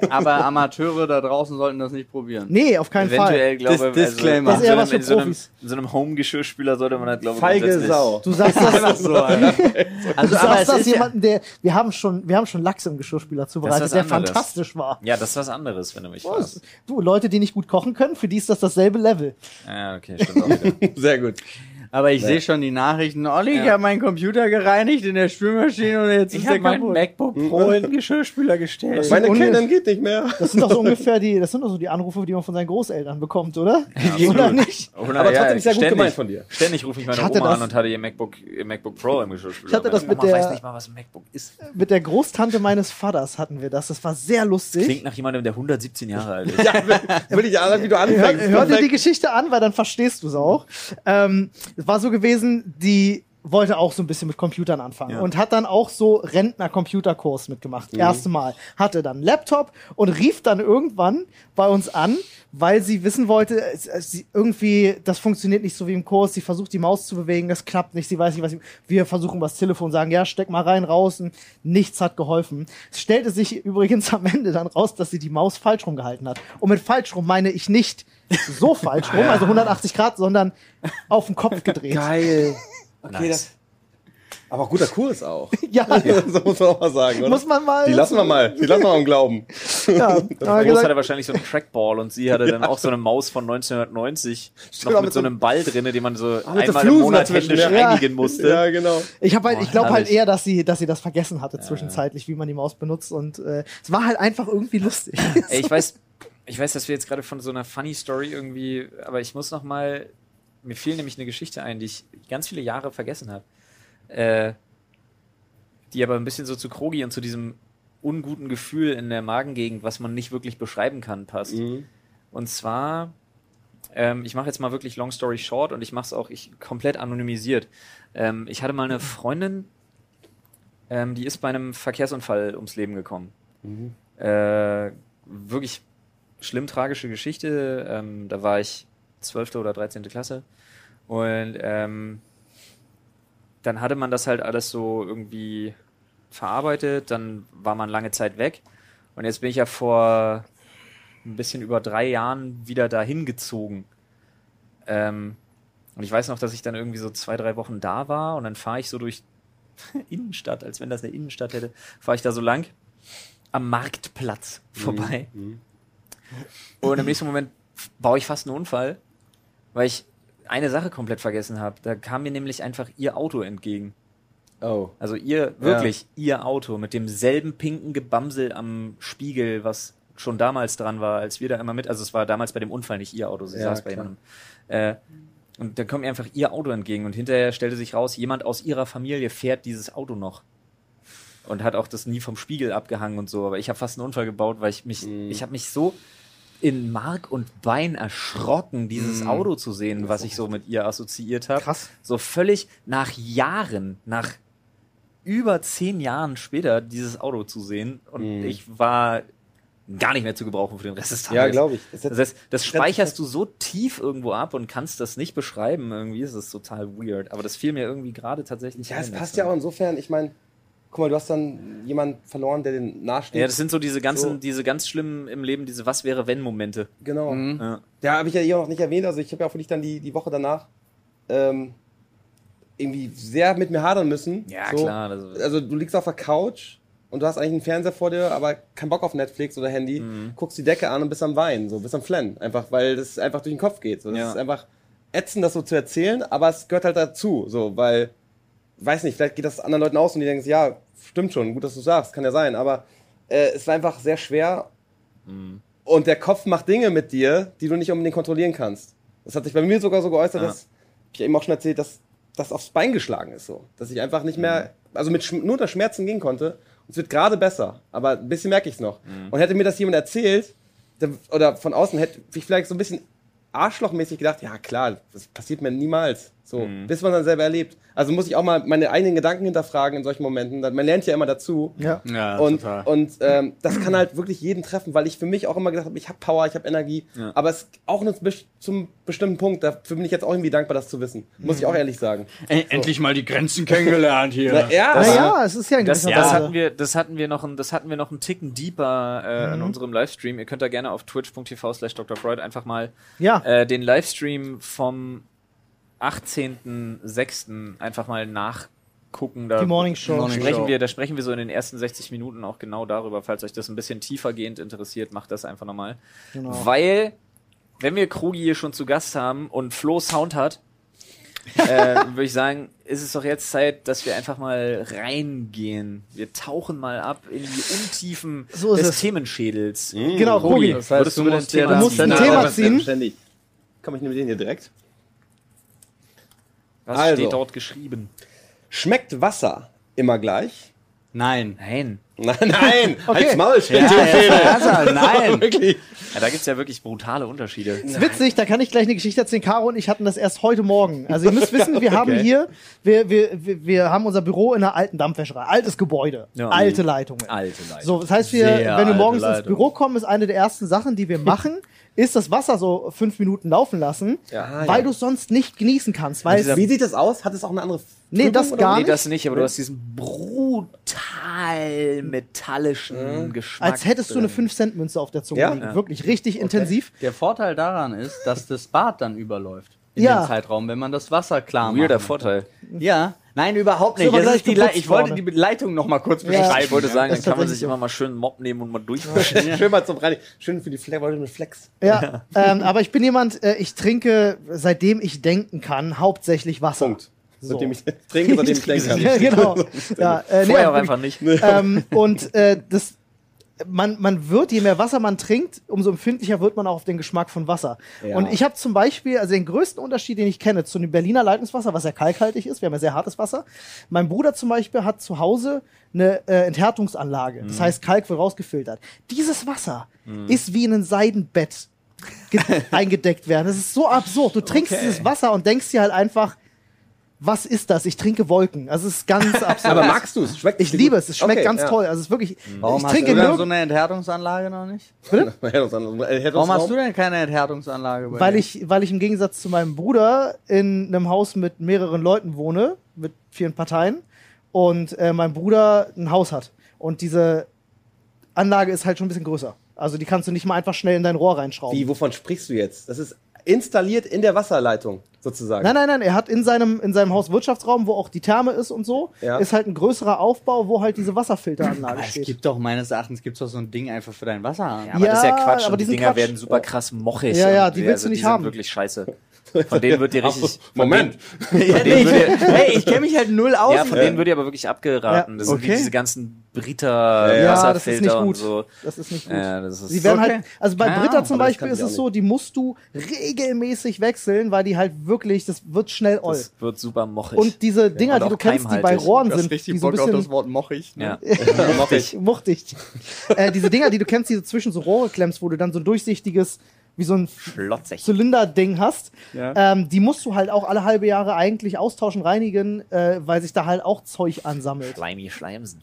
Da, aber Amateure da draußen sollten das nicht probieren.
Nee, auf keinen Fall.
Eventuell, glaube ich, also,
Disclaimer.
Das ist eher
in so
was für
einem- in so einem,
Profis.
in so einem Home-Geschirrspüler sollte man das, glaube ich,
Feige
grundsätzlich-
Sau.
Du sagst das,
Einfach so, Alter. Also,
Du
aber
sagst
es
das
ist ja,
jemanden, der. Wir haben schon, wir haben schon Lachs im Geschirrspüler zubereitet,
was
der
anderes.
fantastisch war.
Ja, das ist was anderes, wenn du mich fragst.
Du, Leute, die nicht gut kochen können, für die ist das dasselbe Level.
Ja, okay, stimmt auch wieder.
Sehr gut.
aber ich sehe schon die Nachrichten. Olli, ich
Ja.
habe meinen Computer gereinigt in der Spülmaschine und jetzt ist
hab
der kaputt.
MacBook Pro in den Geschirrspüler gestellt.
Meine
Unge-
Kindern geht nicht mehr.
Das sind doch so ungefähr die, das sind doch so die Anrufe, die man von seinen Großeltern bekommt, oder? oder nicht?
Aber trotzdem ist
Oh,
ja gut
ständig,
gemeint von dir.
Ständig rufe ich meine
Ich hatte
Oma
das-
an und hatte ihr MacBook, ihr MacBook Pro im Geschirrspüler.
Ich hatte
Meine
das mit
Oma
der-
weiß nicht mal, was ein MacBook ist.
Mit der Großtante meines Vaters hatten wir das. Das war sehr lustig.
Klingt nach jemandem, der 117 Jahre alt ist.
Ja, will, will ich ja, wie du
Hör,
anfängst.
hör dir die
Perfekt.
Geschichte an, weil dann verstehst du es auch. Ähm, es war so gewesen, die wollte auch so ein bisschen mit Computern anfangen
Ja.
und hat dann auch so Rentner-Computerkurs mitgemacht. Erste Mal. Hatte dann einen Laptop und rief dann irgendwann bei uns an, weil sie wissen wollte, es- es- sie irgendwie, das funktioniert nicht so wie im Kurs. Sie versucht die Maus zu bewegen, das klappt nicht. Sie weiß nicht, was sie, wir versuchen was Telefon, sagen, ja, steck mal rein, raus. Und nichts hat geholfen. Es stellte sich übrigens am Ende dann raus, dass sie die Maus falsch rumgehalten hat. Und mit falsch rum meine ich nicht so falsch rum, also 180 Grad, sondern auf den Kopf gedreht.
Geil. Okay, das, aber guter Kurs auch.
Ja,
so muss man auch mal sagen, oder?
muss man mal.
die lassen wir mal. Ah, Die lassen wir mal im Glauben.
ja.
Groß
Aber gesagt,
hatte wahrscheinlich so einen Trackball und sie hatte dann auch so eine Maus von 1990 noch
auch
mit,
mit
so
so- Ah,
einem Ball drinne, den man so
mit so
einmal im
Flusen
Monat
dazwischen,
händisch
ja.
reinigen musste.
Ja, genau.
ich habe halt,
Boah,
ich glaube halt
herrlich. Äh.
eher, dass sie, dass sie das vergessen hatte zwischenzeitlich, wie man die Maus benutzt und äh, es war halt einfach irgendwie lustig.
Ey, ich weiß, ich weiß, dass wir jetzt gerade von so einer Funny Story irgendwie, aber ich muss noch mal, mir fiel nämlich eine Geschichte ein, die ich ganz viele Jahre vergessen habe, äh, die aber ein bisschen so zu Krogi und zu diesem unguten Gefühl in der Magengegend, was man nicht wirklich beschreiben kann, passt.
Mhm.
Und zwar, ähm, ich mache jetzt mal wirklich Long Story Short und ich mache es auch ich, komplett anonymisiert. Ähm, ich hatte mal eine Freundin, ähm, die ist bei einem Verkehrsunfall ums Leben gekommen. Äh, wirklich schlimm tragische Geschichte. Ähm, da war ich 12. oder 13. Klasse. Und ähm, dann hatte man das halt alles so irgendwie verarbeitet. Dann war man lange Zeit weg. Und jetzt bin ich ja vor ein bisschen über drei Jahren wieder dahin gezogen. Ähm, und ich weiß noch, dass ich dann irgendwie so zwei, drei Wochen da war und dann fahre ich so durch Innenstadt, als wenn das eine Innenstadt hätte, fahre ich da so lang am Marktplatz vorbei. Und im nächsten Moment baue ich fast einen Unfall, weil ich eine Sache komplett vergessen habe. Da kam mir nämlich einfach ihr Auto entgegen.
Oh.
Also ihr, wirklich, ihr Auto mit demselben pinken Gebamsel am Spiegel, was schon damals dran war, als wir da immer mit, also es war damals bei dem Unfall nicht ihr Auto, sie
Ja,
saß bei
klar.
jemandem. Äh, und dann kommt ihr einfach ihr Auto entgegen und hinterher stellte sich raus, jemand aus ihrer Familie fährt dieses Auto noch. Und hat auch das nie vom Spiegel abgehangen und so, aber ich habe fast einen Unfall gebaut, weil ich mich,
Mhm.
ich habe mich so in Mark und Bein erschrocken, dieses
Mm.
Auto zu sehen, was ich so mit ihr assoziiert habe.
Krass.
So völlig nach Jahren, nach über zehn Jahren später dieses Auto zu sehen und ich war gar nicht mehr zu gebrauchen für den Rest des Tages.
Mm. Ja, glaube ich. Das
Das heißt, das speicherst du so tief irgendwo ab und kannst das nicht beschreiben. Irgendwie ist es total weird. Aber das fiel mir irgendwie gerade tatsächlich.
ja,
ein,
es
das
passt
so.
ja auch insofern. Ich meine, guck mal, du hast dann jemanden verloren, der den nahesteht.
Ja, das sind so diese ganzen,
So.
diese ganz schlimmen im Leben, diese Was wäre wenn Momente.
genau.
Ja.
Da habe ich ja eh auch noch nicht erwähnt. Also ich habe ja auch wirklich dann die, die Woche danach ähm, irgendwie sehr mit mir hadern müssen.
Ja,
so.
klar, also-
also du liegst auf der Couch und du hast eigentlich einen Fernseher vor dir, aber keinen Bock auf Netflix oder Handy.
Mhm.
Guckst die Decke an und bist am Weinen, so bist am Flennen. Einfach, weil das einfach durch den Kopf geht. So. Das
Ja.
ist einfach ätzend, das so zu erzählen, aber es gehört halt dazu. So, weil, weiß nicht, vielleicht geht das anderen Leuten aus und die denken, sich, ja, stimmt schon, gut, dass du sagst, kann ja sein. Aber äh, es war einfach sehr schwer und der Kopf macht Dinge mit dir, die du nicht unbedingt kontrollieren kannst. Das hat sich bei mir sogar so geäußert,
Ja.
dass ich eben auch schon erzählt, dass das aufs Bein geschlagen ist so. Dass ich einfach nicht mehr, also mit Schm- nur unter Schmerzen gehen konnte. Und es wird gerade besser, aber ein bisschen merke ich es noch. Und hätte mir das jemand erzählt, dann, oder von außen, hätte ich vielleicht so ein bisschen arschlochmäßig gedacht, ja klar, das passiert mir niemals. So, bis man dann selber erlebt. Also muss ich auch mal meine eigenen Gedanken hinterfragen in solchen Momenten. Man lernt ja immer dazu.
Ja.
Ja,
Und,
total.
und ähm, das kann halt wirklich jeden treffen, weil ich für mich auch immer gedacht habe, ich habe Power, ich habe Energie, aber es auch nur bis zum bestimmten Punkt. Dafür bin ich jetzt auch irgendwie dankbar, das zu wissen. Muss ich
Mhm.
auch ehrlich sagen.
Endlich mal die Grenzen kennengelernt hier.
Na, ja,
Das-
Naja, es ist ja ein
Das,
gewisser
das
Weise.
hatten wir, das hatten wir noch, ein, das hatten wir noch einen Ticken deeper äh,
Mhm.
in unserem Livestream. Ihr könnt da gerne auf twitch.tv slash Dr. Freud einfach mal
Ja.
äh, den Livestream vom 18.06. einfach mal nachgucken. Da
Die Morning Show.
Morning
sprechen
Show.
wir, da sprechen wir so in den ersten 60 Minuten auch genau darüber. Falls euch das ein bisschen tiefergehend interessiert, macht das einfach nochmal.
Genau.
Weil, wenn wir Krogi hier schon zu Gast haben und Flo Sound hat, äh, würde ich sagen, ist es doch jetzt Zeit, dass wir einfach mal reingehen. Wir tauchen mal ab in die Untiefen
So ist
des
es.
Themenschädels.
Genau, Rogi.
Das heißt, würdest du, musst dir
Thema
das
musst ein ziehen. Thema ziehen.
Ständig. Komm, ich nehme den hier direkt.
Was
Also.
steht dort geschrieben?
Schmeckt Wasser immer gleich?
Nein.
Nein.
Nein, nein,
Okay.
halt's Maul,
Ja,
Spitze.
ja, nein.
Wirklich.
Ja, da gibt's ja wirklich brutale Unterschiede.
Ist witzig, da kann ich gleich eine Geschichte erzählen. Caro und ich hatten das erst heute Morgen. Also ihr müsst wissen, wir haben hier, wir, wir, wir, wir haben unser Büro in einer alten Dampfwäscherei. Altes Gebäude,
Ja.
alte Leitungen.
Alte Leute.
So, das heißt, wir,
Sehr
wenn wir
alte
morgens ins
Leitung.
Büro kommen, ist eine der ersten Sachen, die wir machen, ist das Wasser so fünf Minuten laufen lassen,
Ja,
weil
ja. Also
du es sonst nicht genießen kannst. Weil es,
Wie sieht das aus? Hat es auch eine andere
nee,
Trübung
das
oder
gar
Nee,
nicht.
das nicht, aber du hast diesen brutal
Mhm.
metallischen Geschmack.
als hättest du eine 5-Cent-Münze auf der Zunge
Ja?
liegen.
Ja.
Wirklich richtig intensiv.
Der Vorteil daran ist, dass das Bad dann überläuft. in
Ja.
dem Zeitraum, wenn man das Wasser klar macht.
Weirder Vorteil.
Ja. Nein, überhaupt nicht.
Ist aber
Das
gleich
ist die
geputzt
Le- ich wollte
worden.
die Be- Leitung noch mal kurz
Ja.
Ich wollte sagen, dann
Ist
kann man
tatsächlich Äh,
sich
so.
immer mal schön einen Mob nehmen und mal durchwischen.
Schön mal zum Reinigen. Schön für die Flex, wollte ich mit Flex.
Ja, ähm, aber ich bin jemand, äh, ich trinke, seitdem ich denken kann, hauptsächlich Wasser.
Punkt.
So.
Seitdem ich trinke, seitdem ich
Ja,
denke.
genau. ja, äh, nee,
Vorher auch
aber-
einfach nicht.
ähm, und äh, das, man, man wird, je mehr Wasser man trinkt, umso empfindlicher wird man auch auf den Geschmack von Wasser.
Ja.
Und ich habe zum Beispiel, also den größten Unterschied, den ich kenne, zu dem Berliner Leitungswasser, was ja kalkhaltig ist, wir haben ja sehr hartes Wasser. Mein Bruder zum Beispiel hat zu Hause eine äh, Enthärtungsanlage. Das heißt, Kalk wird rausgefiltert. Dieses Wasser ist wie in ein Seidenbett ge- eingedeckt werden. Das ist so absurd. Du trinkst dieses Wasser und denkst dir halt einfach, was ist das? Ich trinke Wolken. Also es ist ganz absurd.
Aber magst du es? Schmeckt
Ich
dir
liebe
gut?
es, es schmeckt
Okay,
ganz
ja.
toll. Also es ist wirklich.
Mhm. Warum
ich
hast du
trinke
denn so
nur,
eine Enthärtungsanlage noch nicht? Warum
Warum
hast du denn keine Enthärtungsanlage? bei
weil
dir?
ich, weil ich im Gegensatz zu meinem Bruder in einem Haus mit mehreren Leuten wohne, mit vielen Parteien, und äh, mein Bruder ein Haus hat. Und diese Anlage ist halt schon ein bisschen größer. Also die kannst du nicht mal einfach schnell in dein Rohr reinschrauben.
Wie, wovon sprichst du jetzt? Das ist installiert in der Wasserleitung, sozusagen.
Nein, nein, nein, er hat in seinem, in seinem Haus Wirtschaftsraum, wo auch die Therme ist und so,
Ja.
ist halt ein größerer Aufbau, wo halt diese Wasserfilteranlage
Ah, Es
steht.
gibt doch meines Erachtens gibt's doch so ein Ding einfach für dein Wasser.
Ja, aber das ist ja
Ja,
Quatsch.
aber
und die
die sind
Dinger
Quatsch.
werden super krass mochig.
Ja, ja,
und
die willst du
die
nicht
sind
haben.
wirklich scheiße. Von denen wird dir richtig.
Ach, Moment.
Von denen wird dir,
Hey, ich kenne mich halt null aus.
ja, von
äh,
denen wird dir aber wirklich abgeraten.
Ja.
Das sind wie
Okay.
diese ganzen Brita
äh,
Ja,
ja, das ist
Wasserfilter
nicht gut.
und so.
Das ist nicht gut.
Ja, das ist
Sie werden
Okay.
halt, also bei
Keine
Britta
Ahnung,
zum
aber das
Beispiel
kann
ist
ich auch
es so, die musst du regelmäßig wechseln, weil die halt wirklich, das wird schnell oll.
das wird super mochig.
Und diese Dinger,
und
die
auch
du kennst, die bei
keimhaltig.
Rohren
das
sind,
richtig
die so ein
Bock auf
bisschen
das Wort mochig. Ne?
ja.
Mochig.
muchtig. äh, diese Dinger, die du kennst, die du zwischen so Rohre klemmst, wo du dann so ein durchsichtiges, wie so ein
Schlotzig.
Zylinderding hast,
Ja.
ähm, die musst du halt auch alle halbe Jahre eigentlich austauschen, reinigen, äh, weil sich da halt auch Zeug ansammelt.
Schleimig Schleimsen.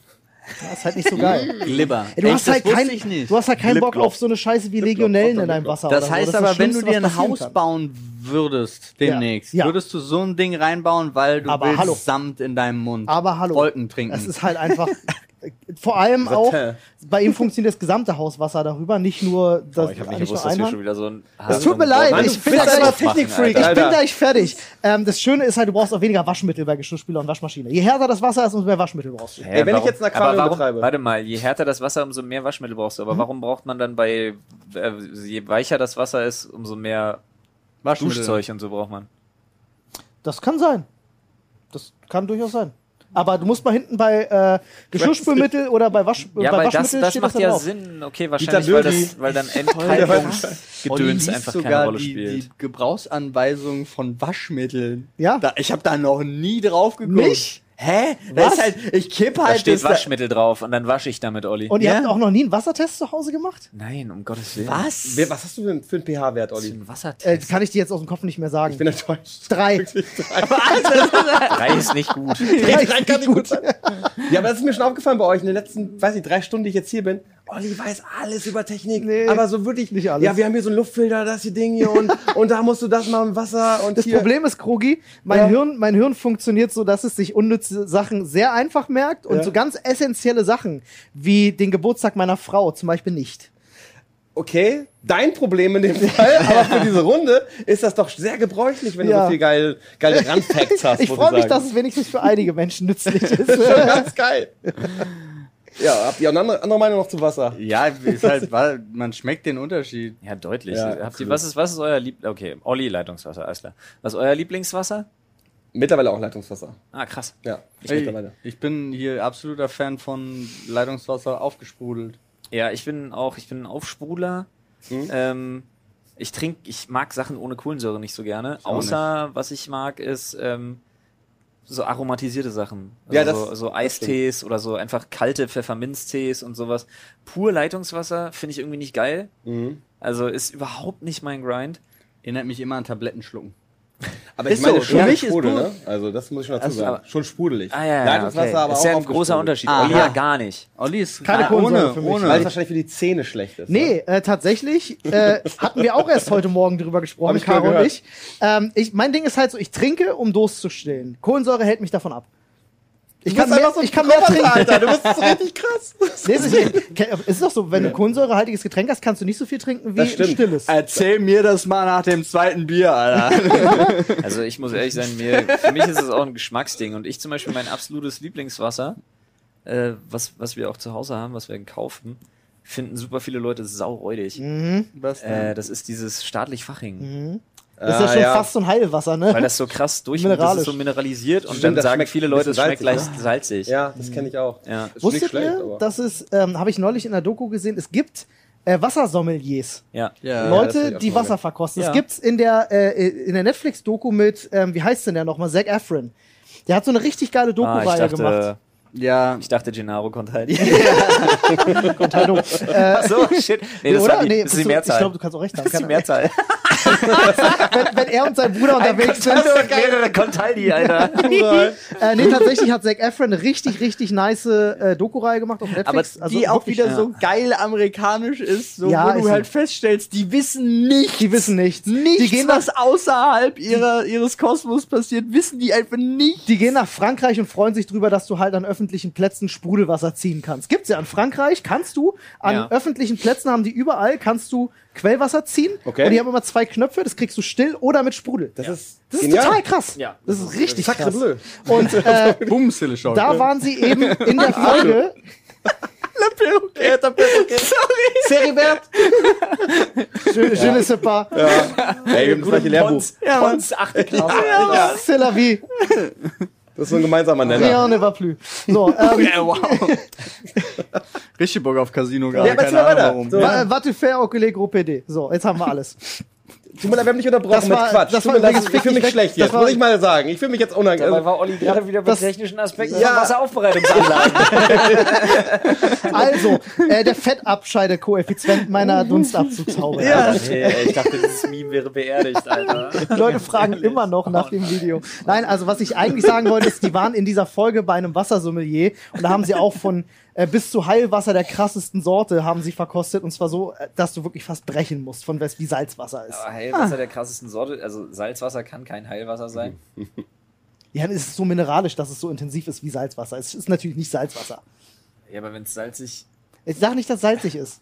Das ist halt nicht so geil.
Glibber.
Ey, du,
Echt,
hast halt
das
kein,
wusste ich nicht.
du hast halt keinen Bock
Lipgloss.
auf so eine Scheiße wie Legionellen in deinem Wasser.
das
oder
heißt
so. ist
aber,
das
wenn du
Schlimmste,
dir
was
ein
passieren
Haus
kann.
bauen würdest demnächst,
Ja.
würdest du so ein Ding reinbauen, weil du
Aber
willst
hallo.
Samt in deinem Mund
Aber hallo.
Wolken trinken.
Es ist halt einfach. Vor allem auch,
Satin.
bei ihm funktioniert das gesamte Hauswasser darüber, nicht nur das.
Oh, ich habe nicht
nicht nur
gewusst, dass wir
Einhorn.
schon wieder so ein.
Es tut mir leid,
Mann,
ich
du
bin
bist
gleich,
aber
ich
Technikfreak,
bin
Alter.
gleich fertig. Ähm, das Schöne ist halt, du brauchst auch weniger Waschmittel bei Geschirrspüler und Waschmaschine. Je härter das Wasser ist, umso mehr Waschmittel brauchst du.
Hä,
Ey, wenn ich jetzt ein Aquarium
aber warum,
betreibe.
Warte mal, je härter das Wasser, umso mehr Waschmittel brauchst du. Aber warum braucht man dann bei, äh, je weicher das Wasser ist, umso mehr
Waschmittel.
Duschzeug und so braucht man?
Das kann sein. Das kann durchaus sein. Aber du musst mal hinten bei äh, Geschirrspülmittel oder bei, Wasch,
Ja,
bei
weil das,
Waschmittel
das
steht
macht
da
ja
drauf.
Sinn. Okay, wahrscheinlich, weil, das, weil dann
Olli
Endhaltungsgedöns
liest
einfach keine
sogar
Rolle
die,
spielt.
die Gebrauchsanweisung von Waschmitteln.
Ja.
Da, ich habe da noch nie drauf geguckt.
Nicht?
Hä? Da
Was?
ist halt, ich kipp halt
da steht
das da-
Waschmittel drauf und dann wasche ich damit, Olli.
Und ihr
Ja.
habt auch noch nie einen Wassertest zu Hause gemacht?
Nein, um Gottes Willen.
Was?
Wer- Was hast du denn für einen pH-Wert,
Das ist
Olli?
ein Wassertest.
Äh, das kann ich dir jetzt aus dem Kopf nicht mehr sagen.
Ich bin enttäuscht.
Drei.
Drei ist nicht gut.
Drei kann nicht gut sein. Ja, aber das ist mir schon aufgefallen bei euch in den letzten, weiß ich, drei Stunden, die ich jetzt hier bin. Olli weiß alles über Technik,
Nee,
aber so wirklich
nicht alles.
Ja, wir haben hier so einen Luftfilter, das hier Ding hier und, und da musst du das machen im Wasser und
Das
hier.
Problem ist, Krogi, mein,
Ja.
Hirn, mein Hirn funktioniert so, dass es sich unnütze Sachen sehr einfach merkt und
Ja.
so ganz essentielle Sachen wie den Geburtstag meiner Frau zum Beispiel nicht.
Okay, dein Problem in dem Fall, aber für diese Runde ist das doch sehr gebräuchlich, wenn du
Ja.
so viel geil, geile Randfacts hast.
ich
muss
freue mich, dass
sagen.
es wenigstens für einige Menschen nützlich ist.
das ist schon ganz geil. Ja, habt ihr eine andere, andere Meinung noch zu Wasser?
Ja, ist halt, wa- man schmeckt den Unterschied.
Ja, deutlich.
Ja,
Habt ihr,
absolut.
was, ist, was ist euer Lieb... Okay, Olli, Leitungswasser, alles klar. Was ist euer Lieblingswasser?
Mittlerweile auch Leitungswasser.
Ah, krass.
Ja, ich
Ey,
mittlerweile.
ich bin hier absoluter Fan von Leitungswasser aufgesprudelt.
Ja, ich bin auch, ich bin ein Aufsprudler.
Hm?
Ähm, ich trinke, ich mag Sachen ohne Kohlensäure nicht so gerne.
auch
Außer, was ich mag, ist ähm, so aromatisierte Sachen. Also
Ja, das-
so, so Eistees oder so einfach kalte Pfefferminztees und sowas. Pur Leitungswasser finde ich irgendwie nicht geil.
Mhm.
Also ist überhaupt nicht mein Grind.
Erinnert mich immer an Tablettenschlucken.
Aber
Ist so, für mich ist
Sprudel,
gut.
ne? Also das muss ich schon dazu
Also,
sagen.
aber-
Schon sprudelig.
Ah ja, ja
Leitungswasser
okay.
aber
ist
auch
ja ein
aufgesprudelt.
großer Unterschied.
Aha.
Olli ja gar nicht.
Olli ist
Keine
Ah,
Kohlensäure
ohne,
für mich.
ohne.
Weil es wahrscheinlich für die Zähne schlecht ist. ne?
Nee, äh, tatsächlich äh, hatten wir auch erst heute Morgen drüber
Hab
gesprochen,
ich mal
Caro und
gehört.
ich. Ähm, ich. Mein Ding ist halt so, ich trinke, um Durst zu stillen. Kohlensäure hält mich davon ab. Ich kann,
bist
mehr,
einfach so ein
ich kann mehr trinken.
Roboter, Alter, du bist so richtig krass.
Nee, es ist, ke- es ist doch so, wenn du kohlensäurehaltiges Getränk hast, kannst du nicht so viel trinken wie ein
Das stimmt. Äh,
stilles.
Erzähl mir das mal nach dem zweiten Bier, Alter.
Also ich muss ehrlich sein, mir, für mich ist es auch ein Geschmacksding. Und ich zum Beispiel mein absolutes Lieblingswasser, äh, was, was wir auch zu Hause haben, was wir kaufen, finden super viele Leute sauräudig.
Mhm.
Was
Äh, das ist dieses staatlich Faching.
Das ist ja
Ah,
schon
ja.
fast so ein Heilwasser, ne?
Weil das so krass durch das ist
Mineralisch.
so mineralisiert und
Stimmt,
dann
das
sagen
schmeckt
viele
ein
Leute, es
bisschen
schmeckt leicht
salzig,
ne?
salzig.
Ja, das kenne ich auch.
Ja.
Ist
Wusstet
nicht schlecht,
ihr,
aber-
dass es, ähm, habe ich neulich in der Doku gesehen, es gibt äh, Wassersommeliers.
ja.
Ja.
das hab
Leute,
ich auch
die
schon mal
Wasser verkosten.
Ja.
Das gibt's in der, äh, in der Netflix-Doku mit, ähm, wie heißt denn der nochmal? Zac Efron. Der hat so eine richtig geile
Ah, ich,
Doku-Reihe gemacht.
dachte,
Ja.
ich dachte, Gennaro konnte halt.
Containo. äh,
Ach so, shit. Nee, das,
oder?
war die,
Nee,
das
bist
ist die
du-
Mehrzahl.
Ich glaube, du kannst auch recht haben.
das ist die
Kann,
Mehrzahl.
wenn, wenn er und sein Bruder unterwegs sind.
Also, mehrere Contaldi, Alter.
äh, nee, tatsächlich hat Zac Efron eine richtig, richtig nice äh, Doku-Reihe gemacht auf Netflix.
die auch
also wirklich-
wieder
ja.
so geil amerikanisch ist, so
Ja,
wo
ist
du halt
so.
feststellst, die wissen nichts.
Die wissen nichts.
nichts,
Die gehen
was außerhalb ihrer, ihres Kosmos passiert, wissen die einfach nicht.
Die gehen nach Frankreich und freuen sich drüber, dass du halt an öffentlichen Plätzen Sprudelwasser ziehen kannst. Gibt's ja an Frankreich, kannst du an
Ja.
öffentlichen Plätzen haben die überall, kannst du Quellwasser ziehen.
Okay.
Und die haben immer zwei Knöpfe, das kriegst du still oder mit Sprudel.
Das ist,
Das ist
genial.
total krass.
Ja.
Das ist richtig
Sacre
krass.
bleu.
Oh,
Und äh,
Bums, Hilleshow.
da waren sie eben in der Folge. Ceribert! Schöne, schöne Sippa.
Ey, wir haben das gleiche Lehrbuch.
Ja, Pons, achte Klasse.
Ah, Ja. C'est la vie.
Das ist so ein gemeinsamer Nenner.
Rien ne va plus. So, ähm,
Ja, wow. Richtig Bock auf Casino gerade.
Ja, aber
keine
jetzt mal
Ahnung
weiter.
warum.
So.
wa- wat du faire au collègue groupe PD. So, jetzt haben wir alles.
Tut mir leid, wir haben dich unterbrochen
Das war-
mit Quatsch.
das
Tut
war
mir leid,
übrigens
ich fühle mich
richtig-
schlecht
das
jetzt,
war-
muss ich mal sagen. Ich fühle mich jetzt
Dabei
unangenehm.
war Olli gerade wieder mit
Das-
technischen Aspekten
Ja.
von Wasseraufbereitungsanlagen.
Also, äh, der Fettabscheidekoeffizient meiner Dunstabzugshaube.
Ja.
Nee, ich dachte, dieses Meme wäre beerdigt, Alter.
Die Leute fragen immer noch
Oh
nach dem Video. Nein, also was ich eigentlich sagen wollte, ist, die waren in dieser Folge bei einem Wassersommelier und da haben sie auch von äh, bis zu Heilwasser der krassesten Sorte haben sie verkostet und zwar so, äh, dass du wirklich fast brechen musst, von was wie Salzwasser ist.
Aber Heilwasser der krassesten Sorte, also Salzwasser kann kein Heilwasser sein.
Ja, dann ist es so mineralisch, dass es so intensiv ist wie Salzwasser. Es ist natürlich nicht Salzwasser.
Ja, aber wenn es salzig.
Ich sage nicht, dass es salzig ist.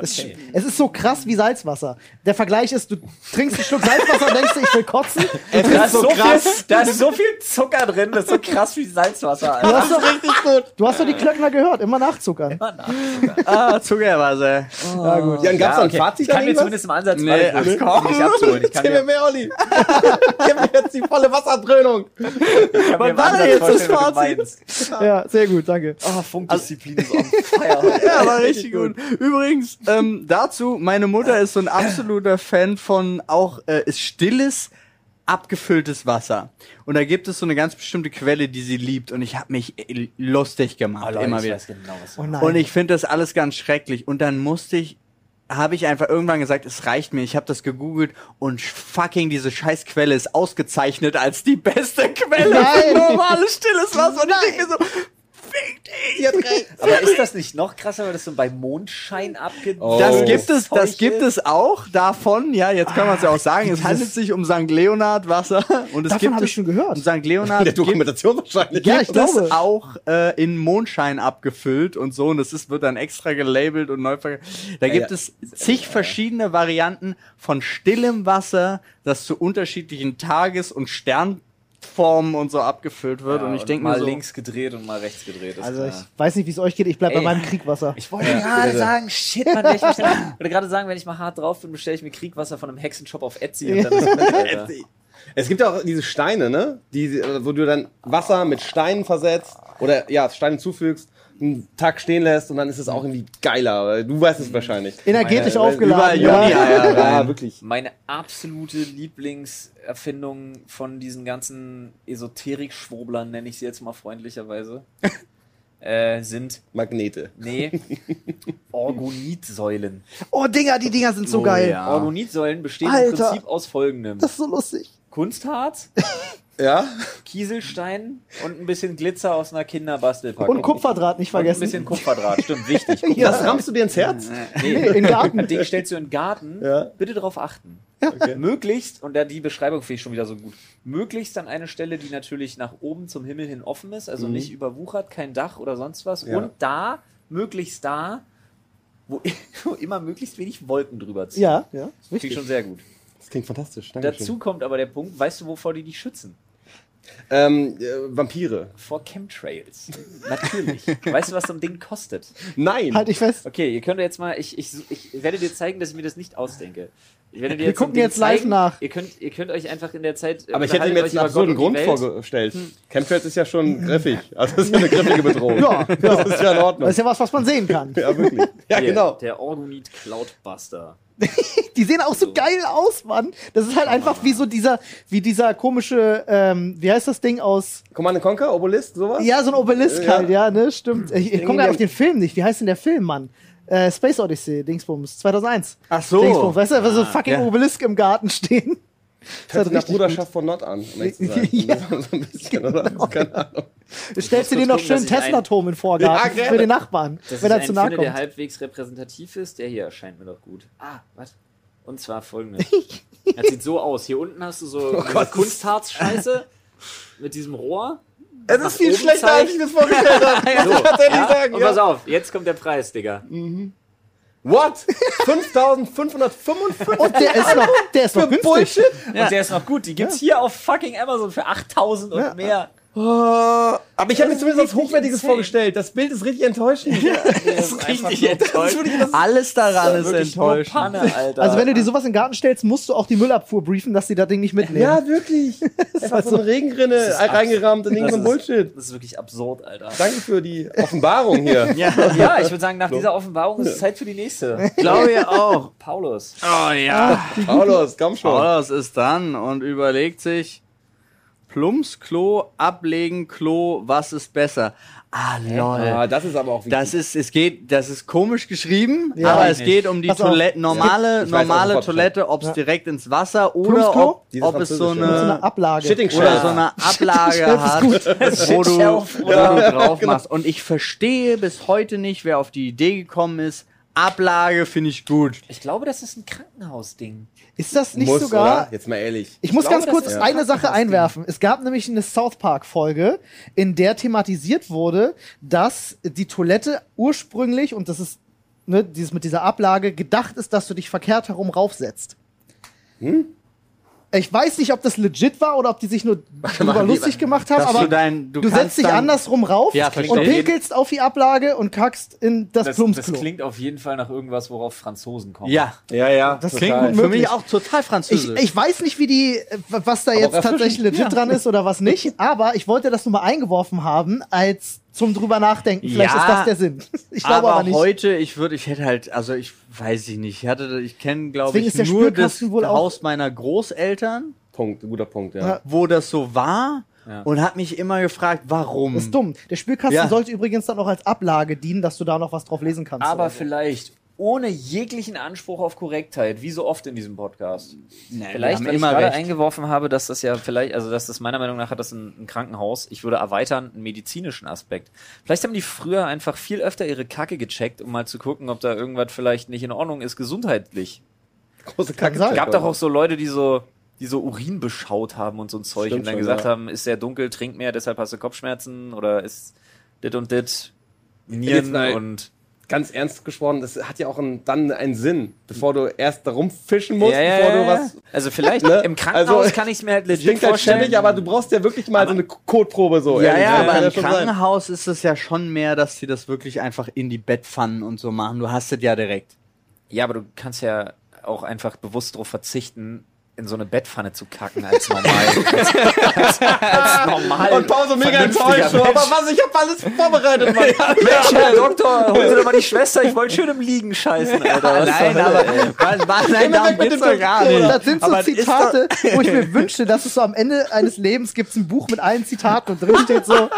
Es,
Okay.
es ist so krass wie Salzwasser. Der Vergleich ist, du trinkst einen Schluck Salzwasser und denkst, dir, ich will kotzen.
Es da ist so Viel, da ist so viel Zucker drin, das ist so krass wie Salzwasser,
Du
Alter.
Also,
hast, doch, richtig gut. du hast doch die Klöckner gehört, immer nachzuckern.
Ah, Zuckerwasser.
Ja, gut.
Jan, gab's da ein Fazit
Ich kann
oder
mir
irgendwas?
zumindest im Ansatz
Nee,
warte,
alles
ich
klar.
kann mich abholen. Ich kann
Erzähl mir
mir,
mehr, Olli. Gib mir jetzt die volle Wasserdröhnung.
ich kann mir im
war denn
Ansatz
jetzt das
vorstellen, was du
Fazit?
meinst.
Ja, sehr gut, danke.
Ah, Funkdisziplin ist on fire.
Ja, war richtig gut. Übrigens, ähm, dazu, meine Mutter ist so ein absoluter Fan von auch äh, ist stilles, abgefülltes Wasser. Und da gibt es so eine ganz bestimmte Quelle, die sie liebt. Und ich habe mich äh, lustig gemacht, immer wieder.
genau, was
Oh nein.
Und ich finde das alles ganz schrecklich. Und dann musste ich, habe ich einfach irgendwann gesagt, es reicht mir. Ich habe das gegoogelt und fucking diese Scheißquelle ist ausgezeichnet als die beste Quelle
Nein.
für normales stilles Wasser. Und ich denke mir so, fick dich.
Aber ist das nicht noch krasser, weil das so bei Mondschein abgeht?
Oh.
Das
Oh.
gibt es, das gibt es auch davon. Ja, jetzt kann man es ja auch sagen. Es handelt sich um St. Leonhard Wasser und es
Davon
gibt
habe
es
ich schon gehört.
um St. Leonhard
Der
gibt,
Dokumentation wahrscheinlich.
Ja, ich
gibt es
glaube.
auch äh, in Mondschein abgefüllt und so und das ist wird dann extra gelabelt und neu verkauft. Da gibt
ja.
es zig verschiedene Varianten von stillem Wasser, das zu unterschiedlichen Tages- und Sternformen und so abgefüllt wird und ich denke mir
mal
so
links gedreht und mal rechts gedreht. Ist
Also ich
klar.
weiß nicht, wie es euch geht, ich bleib bei
Ey.
meinem Kriegwasser.
Ich wollte gerade sagen, shit, man, ich mich dann, oder gerade sagen, wenn ich mal hart drauf bin, bestelle ich mir Kriegwasser von einem Hexenshop auf Etsy und dann ist es gut, Alter.
Es gibt ja auch diese Steine, ne? Die, wo du dann Wasser mit Steinen versetzt oder ja, Steine zufügst, einen Tag stehen lässt und dann ist es auch irgendwie geiler. Du weißt es wahrscheinlich.
Energetisch
Meine-
aufgeladen.
überall
ja.
Juni.
ja,
Eier rein.
ja, wirklich.
Meine absolute Lieblingserfindung von diesen ganzen Esoterik-Schwoblern, nenne ich sie jetzt mal freundlicherweise, äh, sind,
Magnete.
nee, Orgonitsäulen.
Oh, Dinger, die Dinger sind so
Oh,
geil.
ja.
Ah. Orgonitsäulen bestehen im
Alter.
Prinzip aus folgendem.
Das ist so lustig.
Kunstharz,
Ja?
Kieselstein und ein bisschen Glitzer aus einer Kinderbastelpackung.
Und Kupferdraht nicht
Und ein
vergessen.
bisschen Kupferdraht, stimmt, wichtig.
Das rammst du dir ins Herz?
Nee, in den Garten.
Das Ding stellst du in den Garten,
Ja.
bitte darauf achten.
Okay.
Möglichst, und da die Beschreibung finde ich schon wieder so gut, möglichst an eine Stelle, die natürlich nach oben zum Himmel hin offen ist,
Mhm.
also nicht überwuchert, kein Dach oder sonst was.
Ja.
Und da, möglichst da, wo, wo immer möglichst wenig Wolken drüber ziehen.
Ja, ja, ist
Finde ich
richtig.
schon sehr gut.
Das klingt fantastisch.
Dazu kommt aber der Punkt, weißt du, wovor die dich schützen?
Ähm, äh, Vampire.
Vor Chemtrails. Natürlich. weißt du, was so ein Ding kostet?
Nein!
Halt dich fest.
Okay, ihr könnt jetzt mal, ich, ich, ich werde dir zeigen, dass ich mir das nicht ausdenke. Ich werde dir
Wir
jetzt so ein
gucken
Ding
jetzt live
zeigen.
nach.
Ihr könnt, ihr könnt euch einfach in der Zeit. äh,
aber ich hätte ihm
unterhaltet
jetzt
euch
einen
über Gott und
absurden
die
Grund
Welt. Hm.
vorgestellt. Chemtrails ist ja schon griffig. Also das ist ja eine griffige Bedrohung.
Ja,
Das ist ja in Ordnung.
Das ist ja was, was man sehen kann.
ja, wirklich. Ja,
Hier,
genau.
Der Orgonit Cloudbuster.
Die sehen auch so geil aus, Mann. Das ist halt einfach wie so dieser, wie dieser komische, ähm, wie heißt das Ding aus?
Command and Conquer, Obelisk, sowas?
Ja, so ein Obelisk
Ja.
halt, ja, ne, stimmt. Ich, ich komme
der-
gerade auf den Film nicht. Wie heißt denn der Film, Mann? Äh, Space Odyssey, Dingsbums, 2001.
Ach so.
Dingsbums, weißt du, einfach so ein fucking Obelisk im Garten stehen. Das
Das hört in der
richtig
Bruderschaft von Nord an, um ehrlich zu sein.
Ja.
So ein bisschen, oder? Keine Ahnung.
Stellst du dir noch
gucken,
schön
dass ich
Tesla-Turm in den Vorgarten
Ja, gerne.
für den Nachbarn,
Das
wenn
ist
er
ein
zu nahe
Finde, der
kommt.
halbwegs repräsentativ ist. Der hier erscheint mir doch gut. Ah, was? Und zwar folgendes. das sieht so aus. Hier unten hast du so diese
Oh Gott.
Kunstharz-Scheiße mit diesem Rohr.
Es ist viel
oben
schlechter, als ich
zeigt.
das vorgestellt habe.
Ja, so.
tatsächlich
ja?
sagen,
Und
ja.
pass auf, jetzt kommt der Preis, Digga.
What? 5555?
Und der ist noch, der ist noch günstig.
Bullshit?
Und der ist noch gut. Die gibt's hier auf fucking Amazon für 8000 und mehr.
Ah, aber ich habe mir zumindest was
richtig
Hochwertiges
insane.
vorgestellt. Das Bild ist richtig enttäuschend.
Das ist richtig enttäuschend.
Alles daran ist
Wirklich nur
enttäuschend.
Panne, Alter.
Also wenn du dir sowas in den Garten stellst, musst du auch die Müllabfuhr briefen, dass sie das Ding nicht mitnehmen.
ja, wirklich. Einfach so eine Regenrinne
abs-
reingerammt in irgendeinen
Das ist-
Bullshit.
Das ist wirklich absurd, Alter.
Danke für die Offenbarung hier.
Ja, ja ich würde sagen, nach dieser Offenbarung ist es Zeit für die nächste.
Glaube ich auch.
Paulus.
Oh ja.
Paulus, komm schon.
Paulus ist dran und überlegt sich, Plumps Klo, ablegen Klo, was ist besser? Ah,
Ah,
lol.
das ist aber auch
Das ist, es geht, das ist komisch geschrieben,
Ja,
aber
ich
es
nicht.
geht um die
Pass auf.
Toilette, normale,
Ich weiß auch
normale
sofort
Toilette, ob es
Ja.
direkt ins Wasser oder
Plumpsklo?
ob,
Dieses
ob es so
französische.
Mit so
eine,
einer Ablage.
Shitting
oder
Ja.
so eine Ablage hat, wo du,
Shitshelf,
wo du drauf
genau.
machst. Und ich verstehe bis heute nicht, wer auf die Idee gekommen ist. Ablage finde ich gut.
Ich glaube, das ist ein Krankenhausding.
Ist das nicht
Muss,
sogar?
oder? Jetzt mal ehrlich.
Ich muss
glaube,
ganz kurz
das ist
eine
ein
Sache
krasses Ding.
einwerfen. Es gab nämlich eine South Park Folge, in der thematisiert wurde, dass die Toilette ursprünglich und das ist ne, dieses mit dieser Ablage gedacht ist, dass du dich verkehrt herum raufsetzt. Ich weiß nicht, ob das legit war oder ob die sich nur darüber lustig gemacht haben,
Dass
aber
du dein- du
du setzt
kannst
dich
dann-
andersrum rauf
Ja,
und
verstehe.
pinkelst auf die Ablage und kackst in das,
Das, das
Plumpsklo.
klingt auf jeden Fall nach irgendwas, worauf Franzosen kommen.
Ja.
Ja, ja.
Das
total.
klingt gut
Für
Möglich.
mich auch total
Ich,
französisch.
ich weiß nicht, wie die, äh, was da jetzt
erfrischend.
tatsächlich legit dran ist oder was nicht, aber ich wollte das nur mal eingeworfen haben, als zum drüber nachdenken. Vielleicht
Ja,
ist das der Sinn. Ich glaube
aber,
aber, nicht.
heute, ich würde, ich hätte halt, also ich weiß ich nicht, ich hatte, ich kenne glaube
Deswegen
ich
ist der
nur das
Spülkasten wohl auch-
Haus meiner Großeltern,
Punkt, guter Punkt, ja.
Ja.
wo das so war
Ja.
und habe mich immer gefragt, warum.
ist dumm. Der Spülkasten
Ja.
sollte übrigens dann auch als Ablage dienen, dass du da noch was drauf lesen kannst.
Aber
oder so.
vielleicht ohne jeglichen Anspruch auf Korrektheit, wie so oft in diesem Podcast.
Nee,
Vielleicht,
Äh, wir
weil
haben
ich
immer
gerade
recht.
eingeworfen habe, dass das ja vielleicht, also dass das meiner Meinung nach hat das ein, ein Krankenhaus. Ich würde erweitern einen medizinischen Aspekt. Vielleicht haben die früher einfach viel öfter ihre Kacke gecheckt, um mal zu gucken, ob da irgendwas vielleicht nicht in Ordnung ist gesundheitlich.
Große
sein.
Gab doch auch so Leute, die so die so Urin beschaut haben und so ein Zeug
Stimmt
und dann
schon,
gesagt
ja.
haben, ist sehr dunkel, trink mehr, deshalb hast du Kopfschmerzen oder ist dit und dit
Jetzt
Nieren
mal-
und
Ganz ernst gesprochen, das hat ja auch einen, dann einen Sinn, bevor du erst darum fischen musst,
Ja, ja,
bevor du
ja, ja.
was.
Also vielleicht
Ne?
im Krankenhaus
Also,
kann ich es mir halt legit
Klingt halt
vorstellen.
schäbig, aber du brauchst ja wirklich mal so eine Kotprobe so.
Ja,
ehrlich.
ja,
kann
aber im
schon sein.
Krankenhaus ist es ja schon mehr, dass sie das wirklich einfach in die Bettpfannen und so machen. Du hast es ja direkt.
Ja, aber du kannst ja auch einfach bewusst darauf verzichten, in so eine Bettpfanne zu kacken als normal. als, als normal.
Und Pause mega
vernünftiger
enttäuscht. so,
Mensch.
Aber was, ich hab alles vorbereitet, Mann.
Mensch, Herr Doktor, holen Sie doch mal die Schwester, ich wollte schön im Liegen scheißen, Alter. Was
nein,
soll-
aber was, was, nein,
Immer
darum
weg mit
geht's
dem
doch gar
Doktor.
nicht.
das sind so
aber es ist doch-
Zitate, wo ich mir wünsche, dass es so am Ende eines Lebens gibt ein Buch mit allen Zitaten und drin steht so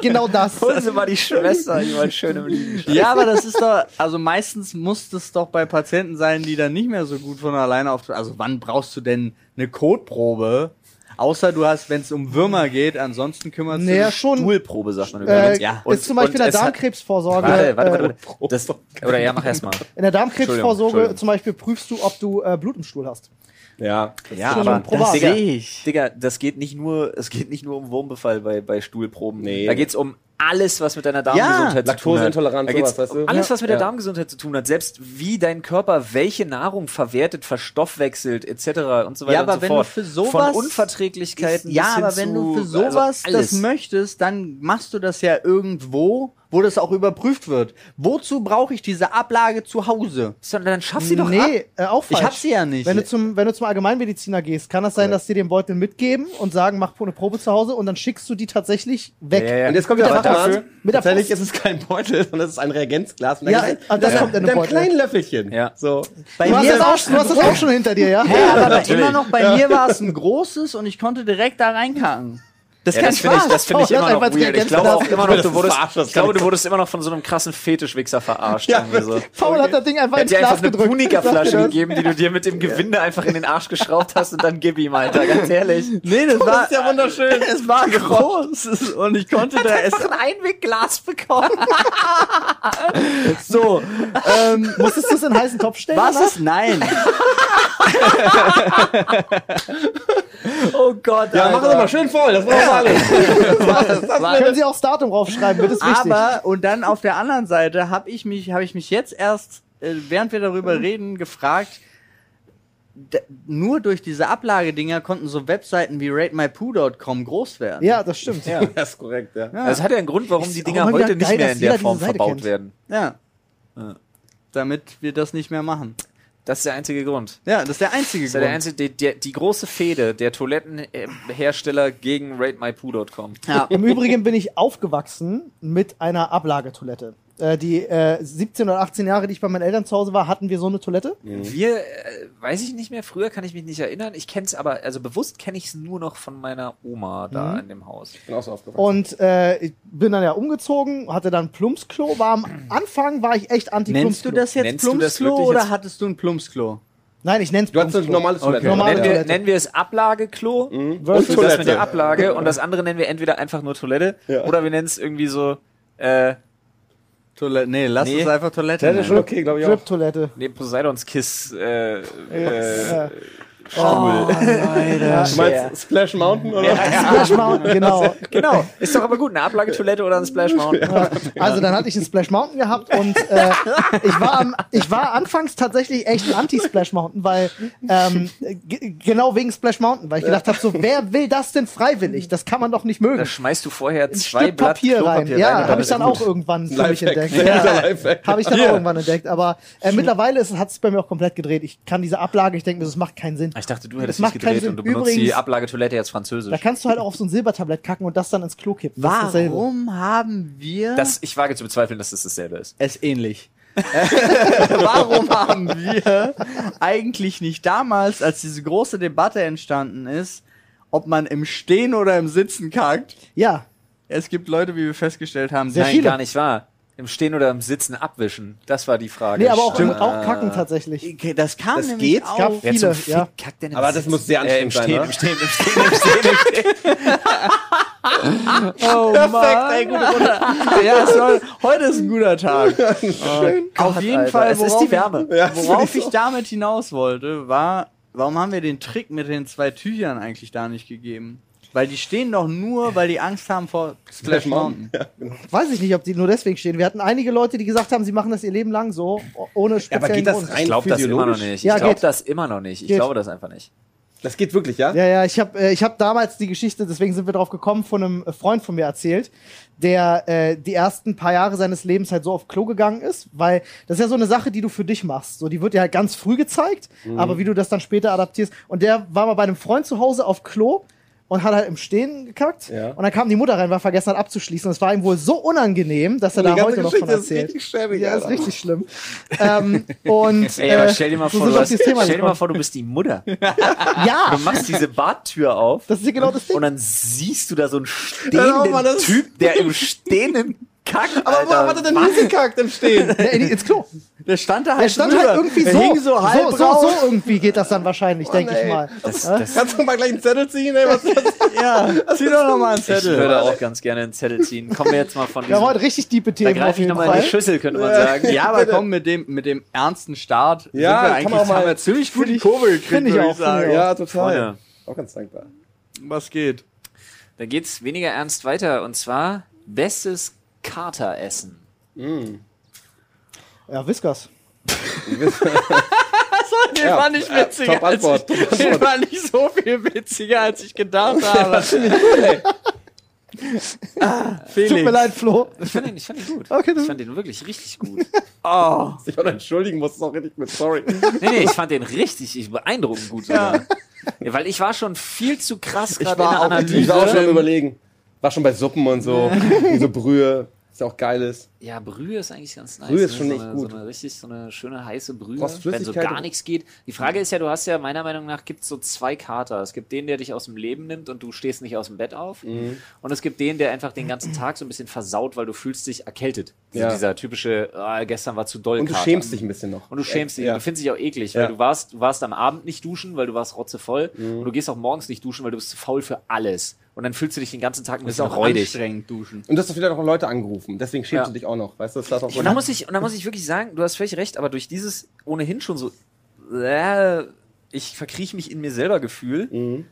genau das.
Holen Sie mal die Schwester, ich wollte schön im Liegen scheißen.
Ja, aber das ist doch, also meistens muss das doch bei Patienten sein, die dann nicht mehr so gut von alleine auf, also wann brauchst du denn eine Kotprobe? Außer du hast, wenn es um Würmer geht, ansonsten kümmert sich.
Naja, schon.
Stuhlprobe, sagt man
Äh,
übrigens.
ja.
Und-
ist zum Beispiel in
und
der
es hat-
Darmkrebsvorsorge.
Warte, warte,
äh,
warte. warte. Das, oder ja, mach erst mal.
In der
Entschuldigung,
Darmkrebsvorsorge
Entschuldigung.
zum Beispiel prüfst du, ob du äh, Blut im Stuhl hast.
Ja.
Ja,
schon
aber
probat.
das, Digga,
Seh ich.
Digga, das geht nicht nur, es geht nicht nur um Wurmbefall bei, bei Stuhlproben.
Nee.
Da geht's um alles, was mit deiner Darmgesundheit zu tun hat.
Laktoseintoleranz,
Da geht's
sowas, weißt du?
um alles, was mit der
Ja.
Darmgesundheit zu tun hat. Selbst wie dein Körper welche Nahrung verwertet, verstoffwechselt, etc. und so weiter
Ja, aber
und so
wenn
fort.
du für sowas-
Von Unverträglichkeiten bis
Ja,
hin
aber wenn
zu,
du für sowas
also alles.
das möchtest, dann machst du das ja irgendwo, wo das auch überprüft wird. Wozu brauche ich diese Ablage zu Hause?
Sondern dann schaff sie doch ab.
nee, äh, auch
Ich
falsch.
hab sie ja nicht.
Wenn du zum, wenn du zum Allgemeinmediziner gehst, kann es sein, dass die den Beutel mitgeben und sagen, mach eine Probe zu Hause und dann schickst du die tatsächlich weg.
Ja, ja, ja.
Und jetzt kommt wieder
Mit der
was
Post.
dafür.
Mit der
Tatsächlich
Post.
ist es kein Beutel, sondern es ist ein Reagenzglas. Mit
Ja,
einem
ah,
kleinen-
das
mit
kommt in
einem
den Beutel.
kleinen Löffelchen.
Ja.
So.
Bei
Du hast,
mir
das
war-
auch, du hast das auch schon hinter dir, ja?
Ja, aber bei-
natürlich.
immer noch bei mir war es ein großes und ich konnte direkt da reinkacken. Das
Ja,
kann
das finde ich,
Spaß.
das finde ich
Paul hat
immer noch
einfach
weird. Ich
Reagenz
glaube
gedacht.
auch immer noch,
Das
du
ist
wurdest,
verarscht, das
ich
kann
glaube,
ich-
du wurdest immer noch von so einem krassen Fetischwichser verarscht.
Ja,
irgendwie so.
Paul hat das Ding einfach
Er
ins
hat dir
Glas
einfach eine
gedrückt.
Punika-Flasche
Das-
gegeben, die du dir mit dem Gewinde einfach in den Arsch geschraubt hast und dann gib ihm, Alter, ganz ehrlich.
Nee, das war,
ist ja wunderschön.
Es war groß und ich konnte da es
ein Einwegglas bekommen.
so. Ähm,
Musstest du es in einen heißen Topf stellen?
was
oder?
ist nein?
Oh Gott,
Ja,
also-
machen wir mal schön voll. Das brauchen wir alle.
Können sie auch das Datum raufschreiben, wird es wichtig.
Aber und dann auf der anderen Seite habe ich mich habe ich mich jetzt erst äh, während wir
Hm.
darüber reden gefragt d- nur durch diese Ablagedinger konnten so Webseiten wie ratemypoo.com groß werden.
ja, das stimmt.
Das ist korrekt, ja.
Also, Das hat ja einen Grund, warum die
auch
Dinger
mal wieder
heute nicht
geil,
mehr
dass
in
jeder
der Form
diese Seite
verbaut
kennt.
werden.
Ja. Damit wir das nicht mehr machen.
Das ist der einzige Grund.
Ja, das ist der einzige
Das ist ja
Grund.
der einzige, die, die, die große Fehde der Toilettenhersteller gegen ratemypoo.com.
ja.
Im Übrigen bin ich aufgewachsen mit einer Ablagetoilette. Äh, die äh, 17 oder 18 Jahre, die ich bei meinen Eltern zu Hause war, hatten wir so eine Toilette.
Wir, äh, weiß ich nicht mehr, früher kann ich mich nicht erinnern. Ich kenn's aber, also bewusst kenne ich es nur noch von meiner Oma da
Mhm.
in dem Haus.
Ich bin auch so aufgewachsen.
Und äh, ich bin dann ja umgezogen, hatte dann Plumpsklo. War am Anfang war ich echt anti
Nennst
Plumpsklo.
du das jetzt
Nennst du das
Plumpsklo
wirklich
oder
jetzt-
hattest du ein Plumpsklo?
Nein, ich nenn's
Du hast ein
Plumpsklo.
normales Toilette. Mhm.
Normale
Nennen wir,
Toilette. Mhm.
nennen wir es Ablageklo
Versus-
und das mit der
Toilette.
Ablage und das andere nennen wir entweder einfach nur Toilette
Ja.
oder wir nennen es irgendwie so äh,
Toilette, nee, lass
Nee.
es einfach Toilette.
Das ist schon
Nennen.
okay, glaube ich auch.
Drip-Toilette.
nee, Poseidons Kiss äh, äh,
Ja. Oh,
Du meinst Splash Mountain oder?
Splash Mountain, genau.
Genau, ist doch aber gut, eine Ablagetoilette oder ein Splash Mountain.
Also dann hatte ich einen Splash Mountain gehabt und äh, ich, war am, ich war anfangs tatsächlich echt ein Anti-Splash Mountain, weil ähm, g- genau wegen Splash Mountain, weil ich gedacht habe, so wer will das denn freiwillig? Das kann man doch nicht mögen.
Da schmeißt du vorher
Ein
zwei
Stück
Blatt
Papier rein.
Klopapier
Ja,
und
habe ich
ist
dann
gut.
auch irgendwann für mich
Lifehack.
entdeckt.
Sehr
Ja.
guter Lifehack.
Habe ich dann auch irgendwann entdeckt, aber äh, mittlerweile ist, hat es bei mir auch komplett gedreht. Ich kann diese Ablage, ich denke mir, das macht keinen Sinn.
Ich dachte, du
Das
hättest
macht
dich
keinen
gedreht
Sinn.
und du benutzt
Übrigens-
die Ablagetoilette jetzt
Da
französisch.
kannst du halt auch auf so ein Silbertablett kacken und das dann ins Klo kippen. Das ist dasselbe.
Warum haben wir
Das, ich wage zu bezweifeln, dass das dasselbe ist.
es ähnlich. Warum haben wir eigentlich nicht damals, als diese große Debatte entstanden ist, ob man im Stehen oder im Sitzen kackt?
Ja,
Es gibt Leute, wie wir festgestellt haben,
Sehr
nein,
Nein,
viele.
gar
gar nicht wahr. Im Stehen oder im Sitzen abwischen. Das war die Frage.
nee, aber auch,
Stimmt.
auch kacken tatsächlich.
nicht. Das kam
Das
nämlich
geht?
Gab
auf.
Wer
viele,
zum
ja.
Fick kackt denn im
Aber das
Sitzen?
muss sehr
äh, im
anstrengend
ne?
Stehen,
sein, ne?
im Stehen, im Stehen, im Stehen, im Stehen.
Oh, Mann.
Oh
ja, es soll, heute ist ein guter Tag. Schön. auf jeden
Alter,
Fall,
es ist
worauf,
die Wärme.
Ich, worauf ich damit hinaus wollte, war, warum haben wir den Trick mit den zwei Tüchern eigentlich da nicht gegeben? Weil die stehen doch nur, weil die Angst haben vor Splash Mountain.
Weiß ich nicht, ob die nur deswegen stehen. Wir hatten einige Leute, die gesagt haben, sie machen das ihr Leben lang so, o- ohne
Ja, aber
speziellen
geht das
Grund.
Ich
rein
glaube das immer noch
physiologisch?
nicht.
Ja,
ich glaube
geht.
das immer noch nicht. Ich
Geht.
glaube das einfach nicht.
Das geht wirklich, ja?
Ja, ja, ich habe äh, ich hab damals die Geschichte, deswegen sind wir drauf gekommen, von einem Freund von mir erzählt, der äh, die ersten paar Jahre seines Lebens halt so auf Klo gegangen ist, weil das ist ja so eine Sache, die du für dich machst. So, die wird dir halt ganz früh gezeigt,
Mhm.
aber wie du das dann später adaptierst. Und der war mal bei einem Freund zu Hause auf Klo und hat halt im Stehen gekackt.
Ja.
Und dann kam die Mutter rein, weil vergessen hat abzuschließen. Und es war ihm wohl so unangenehm, dass er
Die
da
ganze
heute noch von
Geschichte ist
erzählt.
richtig schäbig,
ja, ist
Alter.
richtig schlimm. ähm, und
Ey, aber
äh,
stell dir mal
so
vor, du
sind wir auf
hast,
dieses Thema
stell dir mal
gekommen.
vor, du bist die Mutter.
ja,
Du machst diese Badtür auf
das ist ja genau das Ding.
und dann siehst du da so einen
Dann auch
stehenden
mal das-
Typ, der im Stehenden gekackt,
Aber
Alter.
wo hat er denn hingekackt im Stehen?
Ja, in die- ins Klo.
Der stand da halt,
Er stand
drüber.
halt irgendwie
Der
so.
Hing so halb
so, so,
raus.
so irgendwie geht das dann wahrscheinlich, denke ich
ey.
mal.
Das, das,
Kannst du mal gleich einen Zettel ziehen? Ey, was
Ja, zieh doch nochmal einen
ich
Zettel.
würde auch ganz gerne einen Zettel ziehen. Kommen wir jetzt mal von
Wir haben
diesem...
heute richtig diepe
Da
Themen. auf
greife ich
jeden
nochmal in die
Fall.
Schüssel, könnte man sagen.
Ja, aber komm, mit dem, mit dem ernsten Start
Ja,
sind wir
kann
eigentlich
man auch mal-
haben wir ziemlich gut die
ich-
Kurve gekriegt,
finde ich
würde
auch,
ich sagen.
finde
Ja, total.
Freunde.
Auch ganz dankbar.
Was geht?
Da geht's weniger ernst weiter und zwar bestes Kateressen.
Ja, Whiskers.
Den
Ja,
fand ich
äh,
witziger.
top Antwort,
Als ich,
top
den
Antwort.
fand ich so viel witziger, als ich gedacht habe. Ah, Felix.
Tut mir leid, Flo.
Ich fand den, ich fand den gut.
Okay, das-
ich fand den wirklich richtig gut.
Oh.
Dass ich auch noch entschuldigen muss, ist auch richtig mit sorry.
Nee, nee, ich fand den richtig ich, beeindruckend gut. sogar. Ja, weil ich war schon viel zu krass gerade in
war
der
auch-
Analyse.
Ich war auch schon am überlegen. War schon bei Suppen und so. und so Brühe. Ist ja auch geiles.
Ja, Brühe ist eigentlich ganz nice.
Brühe ist
ne?
schon
so
echt
eine,
gut.
So eine richtig so eine schöne heiße Brühe,
Brauchst
wenn so
Flüssigkeit
gar
und-
nichts geht. Die Frage ist ja, du hast ja meiner Meinung nach gibt so zwei Kater. Es gibt den, der dich aus dem Leben nimmt und du stehst nicht aus dem Bett auf.
Mhm.
Und es gibt den, der einfach den ganzen Tag so ein bisschen versaut, weil du fühlst dich erkältet. So
Ja.
Dieser typische, ah, gestern war zu doll
Und du
Kater.
schämst dich ein bisschen noch.
Und du schämst dich.
Ja.
Und du findest dich auch eklig,
Ja.
weil du warst, du warst am Abend nicht duschen, weil du warst rotzevoll. Und du gehst auch morgens nicht duschen, weil du bist zu faul für alles. Und dann fühlst du dich den ganzen Tag ein
Ist
bisschen
auch
räudig.
anstrengend duschen.
Und du hast doch vielleicht auch noch Leute angerufen. Deswegen schämst
Ja.
du dich auch noch. Weißt du, das darf auch
Und da muss ich, und da muss ich wirklich sagen, du hast völlig recht, aber durch dieses ohnehin schon so, äh, ich verkrieche mich in mir selber Gefühl.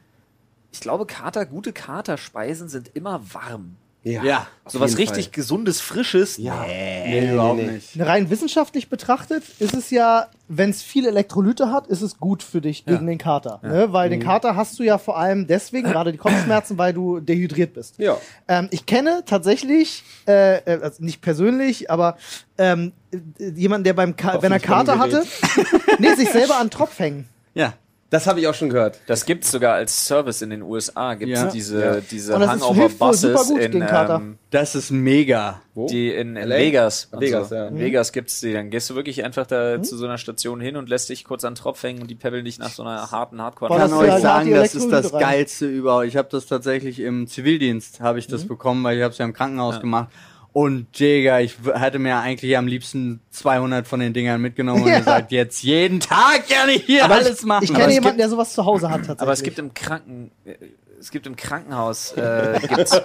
Ich glaube, Kater, gute Katerspeisen sind immer warm.
Ja. auf
So was
jeden
richtig
Fall.
gesundes, frisches.
Ja.
Nee, überhaupt nicht.
Rein wissenschaftlich betrachtet ist es ja, wenn es viel Elektrolyte hat, ist es gut für dich gegen den Kater. Ne? Weil den Kater hast du ja vor allem deswegen, gerade die Kopfschmerzen, weil du dehydriert bist.
Ja.
Ähm, ich kenne tatsächlich, äh, äh, also nicht persönlich, aber ähm, äh, jemanden, der beim Ka
Auf
wenn er
den Sprung
Kater hatte, nee, sich selber an den Tropf hängen.
Ja.
Das habe ich auch schon gehört.
Das gibt's sogar als Service in den USA. Gibt's
Ja.
diese,
Ja.
diese
Und das ist- hilft wohl super
Hangover-Buses
gut
in,
gegen Kater.
ähm,
Das ist mega.
Wo?
die äh, in, in
LA?
Vegas. und
Vegas,
so.
ja.
In Vegas gibt's die. Dann gehst du wirklich einfach
Mhm.
da zu so einer Station hin und lässt dich kurz an den Tropf hängen und die pebbeln dich nach so einer harten hardcore
Boah,
Ich kann
Hast du
euch
ja gerade
sagen,
die
das ist das
Elektrolyte rein.
geilste überhaupt. Ich habe das tatsächlich im Zivildienst habe ich das
Mhm.
bekommen, weil ich habe es ja im Krankenhaus gemacht. Und Digga, ich w- hätte mir eigentlich am liebsten 200 von den Dingern mitgenommen
Ja.
und gesagt, jetzt jeden Tag gerne hier
Aber
alles machen.
Ich
Aber
kenne
es
jemanden, der sowas zu Hause hat tatsächlich.
Aber es gibt im Kranken, äh, es gibt im Krankenhaus, äh, gibt's,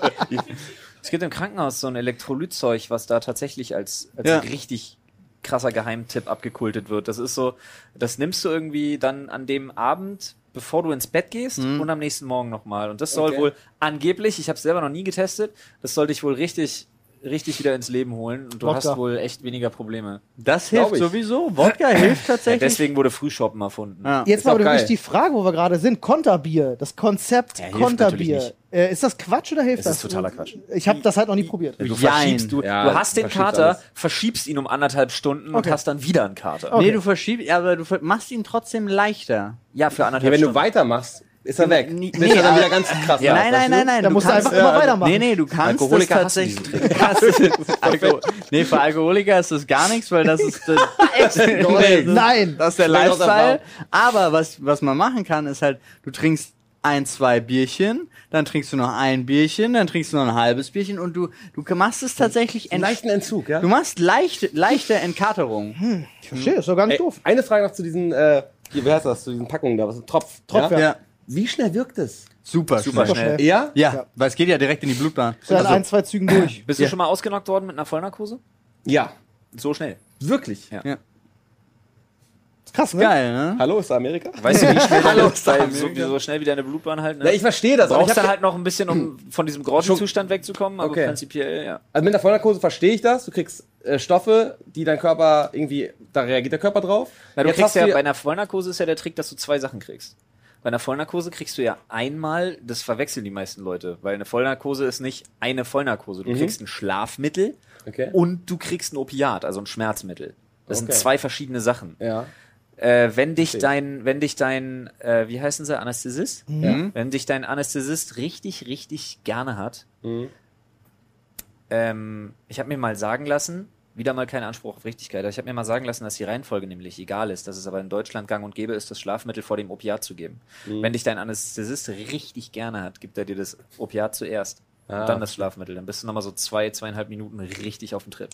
es gibt im Krankenhaus so ein Elektrolytzeug, was da tatsächlich als, als
Ja.
richtig krasser Geheimtipp abgekultet wird. Das ist so, das nimmst du irgendwie dann an dem Abend, bevor du ins Bett gehst
Mhm.
und am nächsten Morgen nochmal. Und das soll
Okay.
wohl angeblich, ich habe es selber noch nie getestet, das soll dich wohl richtig richtig wieder ins Leben holen und du
Wodka.
hast wohl echt weniger Probleme.
Das
Glaub
hilft
ich.
sowieso. Wodka hilft
Ja,
tatsächlich.
deswegen wurde Frühshoppen erfunden.
Ja.
Jetzt
Ist
mal
auch
aber
geil.
wirklich die Frage, wo wir gerade sind. Konterbier, das Konzept
Ja, hilft natürlich
Konterbier. Äh, ist das Quatsch oder hilft
Es
das?
ist totaler Quatsch. Hm.
Ich habe das halt noch nie probiert.
Du
Jein.
verschiebst, du,
Ja,
du hast den
verschiebst
Kater,
alles.
verschiebst ihn um anderthalb Stunden und
Okay.
hast dann wieder einen Kater.
Okay.
Nee, du verschiebst, aber du ver- machst ihn trotzdem leichter.
Ja, für
Ja,
anderthalb
wenn du
Stunden.
weitermachst, ist er weg.
Nee,
Nee, ist er dann
aber-
wieder ganz krass.
Genau. Ja,
nein, nein, nein, nein.
Da musst du einfach immer weitermachen.
Nee, nee, du kannst das
Alkoholiker hassen
tatsächlich. Du kannst- Alko nee, für Alkoholiker ist das gar nichts, weil das ist das,
Nein.
Nein,
das ist der
Schnell aus der
Lifestyle. Aber was, was man machen kann, ist halt, du trinkst ein, zwei Bierchen, dann trinkst du noch ein Bierchen, dann trinkst du noch ein halbes Bierchen und du, du machst es tatsächlich
Einen
ent-
leichten Entzug, ja?
Du machst leichte, leichte Hm. Entkaterung.
ich verstehe, ist doch gar nicht
Ey,
doof.
eine Frage noch zu diesen, äh, hier, wie heißt das, zu diesen Packungen da, was ist ein Tropf?
Tropf, ja.
Wie schnell wirkt es?
Super,
Super
schnell.
schnell.
schnell.
Ja?
Ja,
Ja.
weil es geht ja direkt in die Blutbahn. Also
So an ein, zwei Zügen durch.
Bist
Ja.
du schon mal ausgenockt worden mit einer Vollnarkose?
Ja.
So schnell.
Wirklich?
Ja.
Ist krass, ne?
Geil, ne?
Hallo, ist da Amerika?
Weißt du, wie schnell
Hallo,
deine, bei,
Samuel.
so, wie so schnell wie deine Blutbahn halt? Ne?
Ja, ich verstehe das, aber ich
brauchst
hab,
dann halt noch ein bisschen, um von diesem Grottenzustand wegzukommen, aber
Okay.
prinzipiell, ja.
also mit der Vollnarkose verstehe ich das. Du kriegst äh, Stoffe, die dein Körper irgendwie, da reagiert der Körper drauf.
Na, du
Jetzt
kriegst
hast
ja, bei einer Vollnarkose ist ja der Trick, dass du zwei Sachen kriegst. Bei einer Vollnarkose kriegst du ja einmal, das verwechseln die meisten Leute, weil eine Vollnarkose ist nicht eine Vollnarkose. Du kriegst ein Schlafmittel
Mhm. Okay.
und du kriegst ein Opiat, also ein Schmerzmittel. Das
Okay.
sind zwei verschiedene Sachen.
Ja.
Äh, wenn dich dein, wenn dich dein, äh, wie heißen sie, Anästhesist? Wenn dich dein Anästhesist richtig, richtig gerne hat, ähm, ich habe mir mal sagen lassen, wieder mal kein Anspruch auf Richtigkeit, aber ich habe mir mal sagen lassen, dass die Reihenfolge nämlich egal ist, dass es aber in Deutschland gang und gäbe ist, das Schlafmittel vor dem Opiat zu geben. Wenn dich dein Anästhesist richtig gerne hat, gibt er dir das Opiat zuerst. Und dann das Schlafmittel. Dann bist du nochmal so zwei, zweieinhalb Minuten richtig auf dem Trip.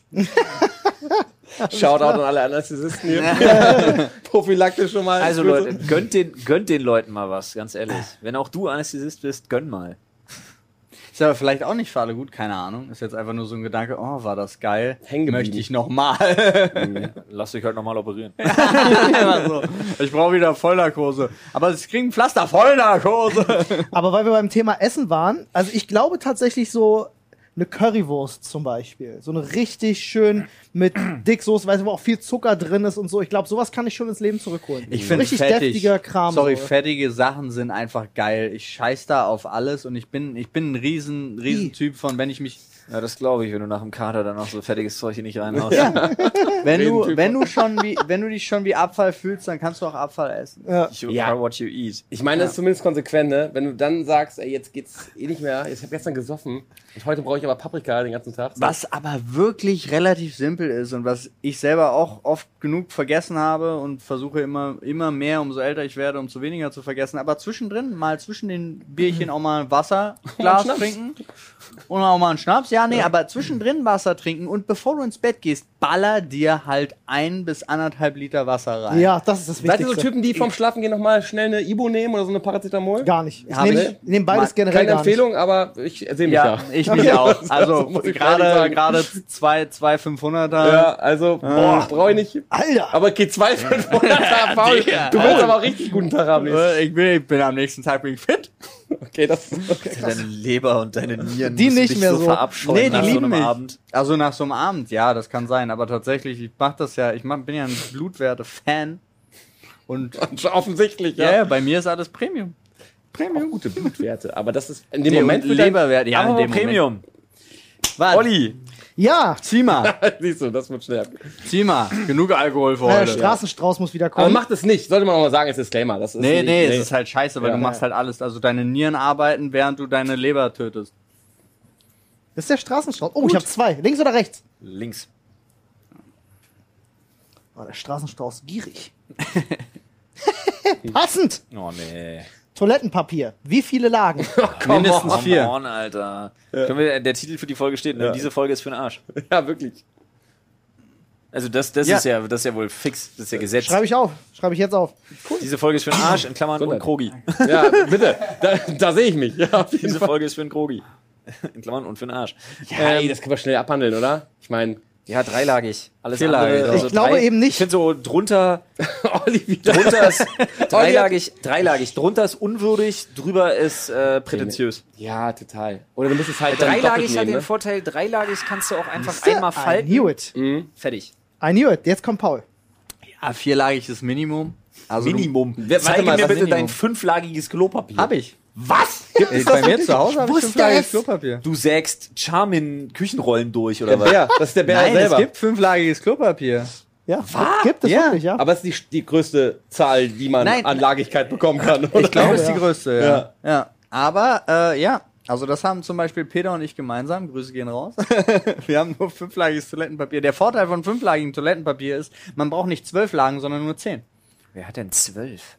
Shoutout an alle Anästhesisten hier. Prophylaktisch schon mal.
Also Leute, gönnt den, gönnt den Leuten mal was, ganz ehrlich. Wenn auch du Anästhesist bist, gönn mal.
Ist aber vielleicht auch nicht für alle gut, keine Ahnung. Ist jetzt einfach nur so ein Gedanke, oh, war das geil.
Hängen geblieben.
Möchte ich nochmal.
Lass dich halt nochmal operieren.
so. Also, Ich brauche wieder Vollnarkose. Aber sie kriegen Pflaster Vollnarkose.
Aber weil wir beim Thema Essen waren, also ich glaube tatsächlich so eine Currywurst zum Beispiel, so eine richtig schön mit Dicksoße, weil wo auch viel Zucker drin ist und so. Ich glaube, sowas kann ich schon ins Leben zurückholen.
Ich finde
richtig
fettig.
deftiger Kram.
Sorry,
so.
fettige Sachen sind einfach geil. Ich scheiß da auf alles und ich bin, ich bin ein riesen, riesen
I.
Typ von, wenn ich mich,
Ja, das glaube ich, wenn du nach dem Kater dann noch so fertiges Zeug hier nicht reinhaust.
wenn du,
Riesentyp.
wenn du schon wie, wenn du dich schon wie Abfall fühlst, dann kannst du auch Abfall essen.
Ja.
You
Ja.
are what you eat.
Ich meine, das ist zumindest konsequent, ne? Wenn du dann sagst, ey, jetzt geht's eh nicht mehr, ich habe gestern gesoffen und heute brauche ich aber Paprika den ganzen Tag.
Was aber wirklich relativ simpel ist und was ich selber auch oft genug vergessen habe und versuche immer, immer mehr, umso älter ich werde, umso weniger zu vergessen. Aber zwischendrin, mal zwischen den Bierchen auch mal ein Wasserglas
Schnaps.
trinken und auch mal einen Schnaps. Ja, nee, aber zwischendrin Wasser trinken und bevor du ins Bett gehst, baller dir halt ein bis anderthalb Liter Wasser rein.
ja, das ist das
Seid ihr
Wichtigste.
so Typen, die vorm Schlafen gehen nochmal schnell eine Ibo nehmen oder so eine Paracetamol?
Gar nicht. Ich
Hab
nehme
ich.
ich nehm beides
Mal-
generell
Keine
gar nicht.
Empfehlung, aber ich sehe mich
Ja,
da.
ich mich auch. Also
muss ich ehrlich
gerade
sagen.
gerade zwei zwei 500er.
Ja, also,
Ah.
boah, brauche ich nicht.
Alter!
Aber G2 500er, Paul, du willst aber auch richtig guten Tag haben. jetzt.
Äh, Ich bin, ich bin am nächsten Tag bin ich fit.
Okay, das ist
Deine Leber und deine Nieren
Die
müssen
nicht
dich
mehr
so
so.
verabscheuen
Nee, die
nach so
lieben
einem
mich.
Abend.
Also nach so einem Abend, ja, das kann sein. Aber tatsächlich, ich mach das ja, ich mach, bin ja ein Blutwerte-Fan. Und
offensichtlich,
ja,
ja.
ja, bei mir ist alles Premium.
Premium. gute Blutwerte, aber das ist in dem
Nee,
Moment
und
wird dann-
Leberwerte, ja, in
Aber
dem Moment.
Premium.
Warte,
Olli,
Ja!
zieh mal,
Siehst du, das wird schnell.
zieh mal. Genug Alkohol für
Der
heute.
Äh, Straßenstrauß muss wieder
Aber
kommen.
macht es nicht, sollte man auch mal sagen, als Disclaimer. Das ist
Nee,
nicht,
nee, es ist halt scheiße, weil
Ja.
du machst halt alles. Also deine Nieren arbeiten, während du deine Leber tötest.
Das ist der Straßenstrauß. Oh, ich habe zwei. Links oder rechts?
links.
Oh, der Straßenstrauß gierig. Passend!
Oh nee.
Toilettenpapier. Wie viele Lagen?
Oh,
Mindestens
Come
vier.
on, Alter. Können wir, der Titel für die Folge steht, ne?
Ja.
Diese Folge ist für den Arsch.
Ja, wirklich.
Also das, das
Ja.
ist ja, Äh, das ist ja wohl fix, das ist ja Gesetz.
Schreibe ich auf. Schreibe ich jetzt auf.
Diese Folge ist für den Arsch, in Klammern und
Gesundheit.
Krogi.
Ja, bitte. Da, da sehe ich mich. Ja, auf jeden
Diese
Fall. Ähm,
Folge ist für den Krogi. In Klammern und für den Arsch. Ähm,
Ja, ey, das können wir schnell abhandeln, oder? Ich meine,
Ja, dreilagig. Alles
Vierlagig.
andere, also
Ich glaube
drei-
eben nicht.
Ich finde so drunter,
Olli wieder.
drunter ist dreilagig, dreilagig. Drunter ist unwürdig, drüber ist äh, prätentiös.
Ja, total. Oder du musst es halt dann doppelt
Dreilagig hat
nehmen,
den
ne?
Vorteil, dreilagig kannst du auch einfach einmal
I
falten.
knew it.
Mhm.
Fertig.
I knew it. Jetzt kommt Paul.
Ah, vierlagig ist Minimum. Also
Wer- Zeige
Warte mal,
mir
was
bitte
Minimum?
dein fünflagiges Klopapier.
Du, hab ich.
Was?
Ey, bei mir zu Hause habe ich
wusste
fünflagiges
es.
Klopapier.
Du sägst Charmin Küchenrollen durch oder was?
Bär, das ist der Bär
Nein,
selber.
es gibt fünflagiges Klopapier.
Ja, gibt es
Ja.
wirklich, ja.
Aber es ist die, die größte Zahl, die man
Nein.
an Lagigkeit bekommen kann.
Ich glaube, es ist
Ja.
die größte, ja. ja. Aber, äh, ja. Also das haben zum Beispiel Peter und ich gemeinsam. Grüße gehen raus. Wir haben nur fünflagiges Toilettenpapier. Der Vorteil von fünflagigem Toilettenpapier ist, man braucht nicht zwölf Lagen, sondern nur zehn.
Wer hat denn zwölf?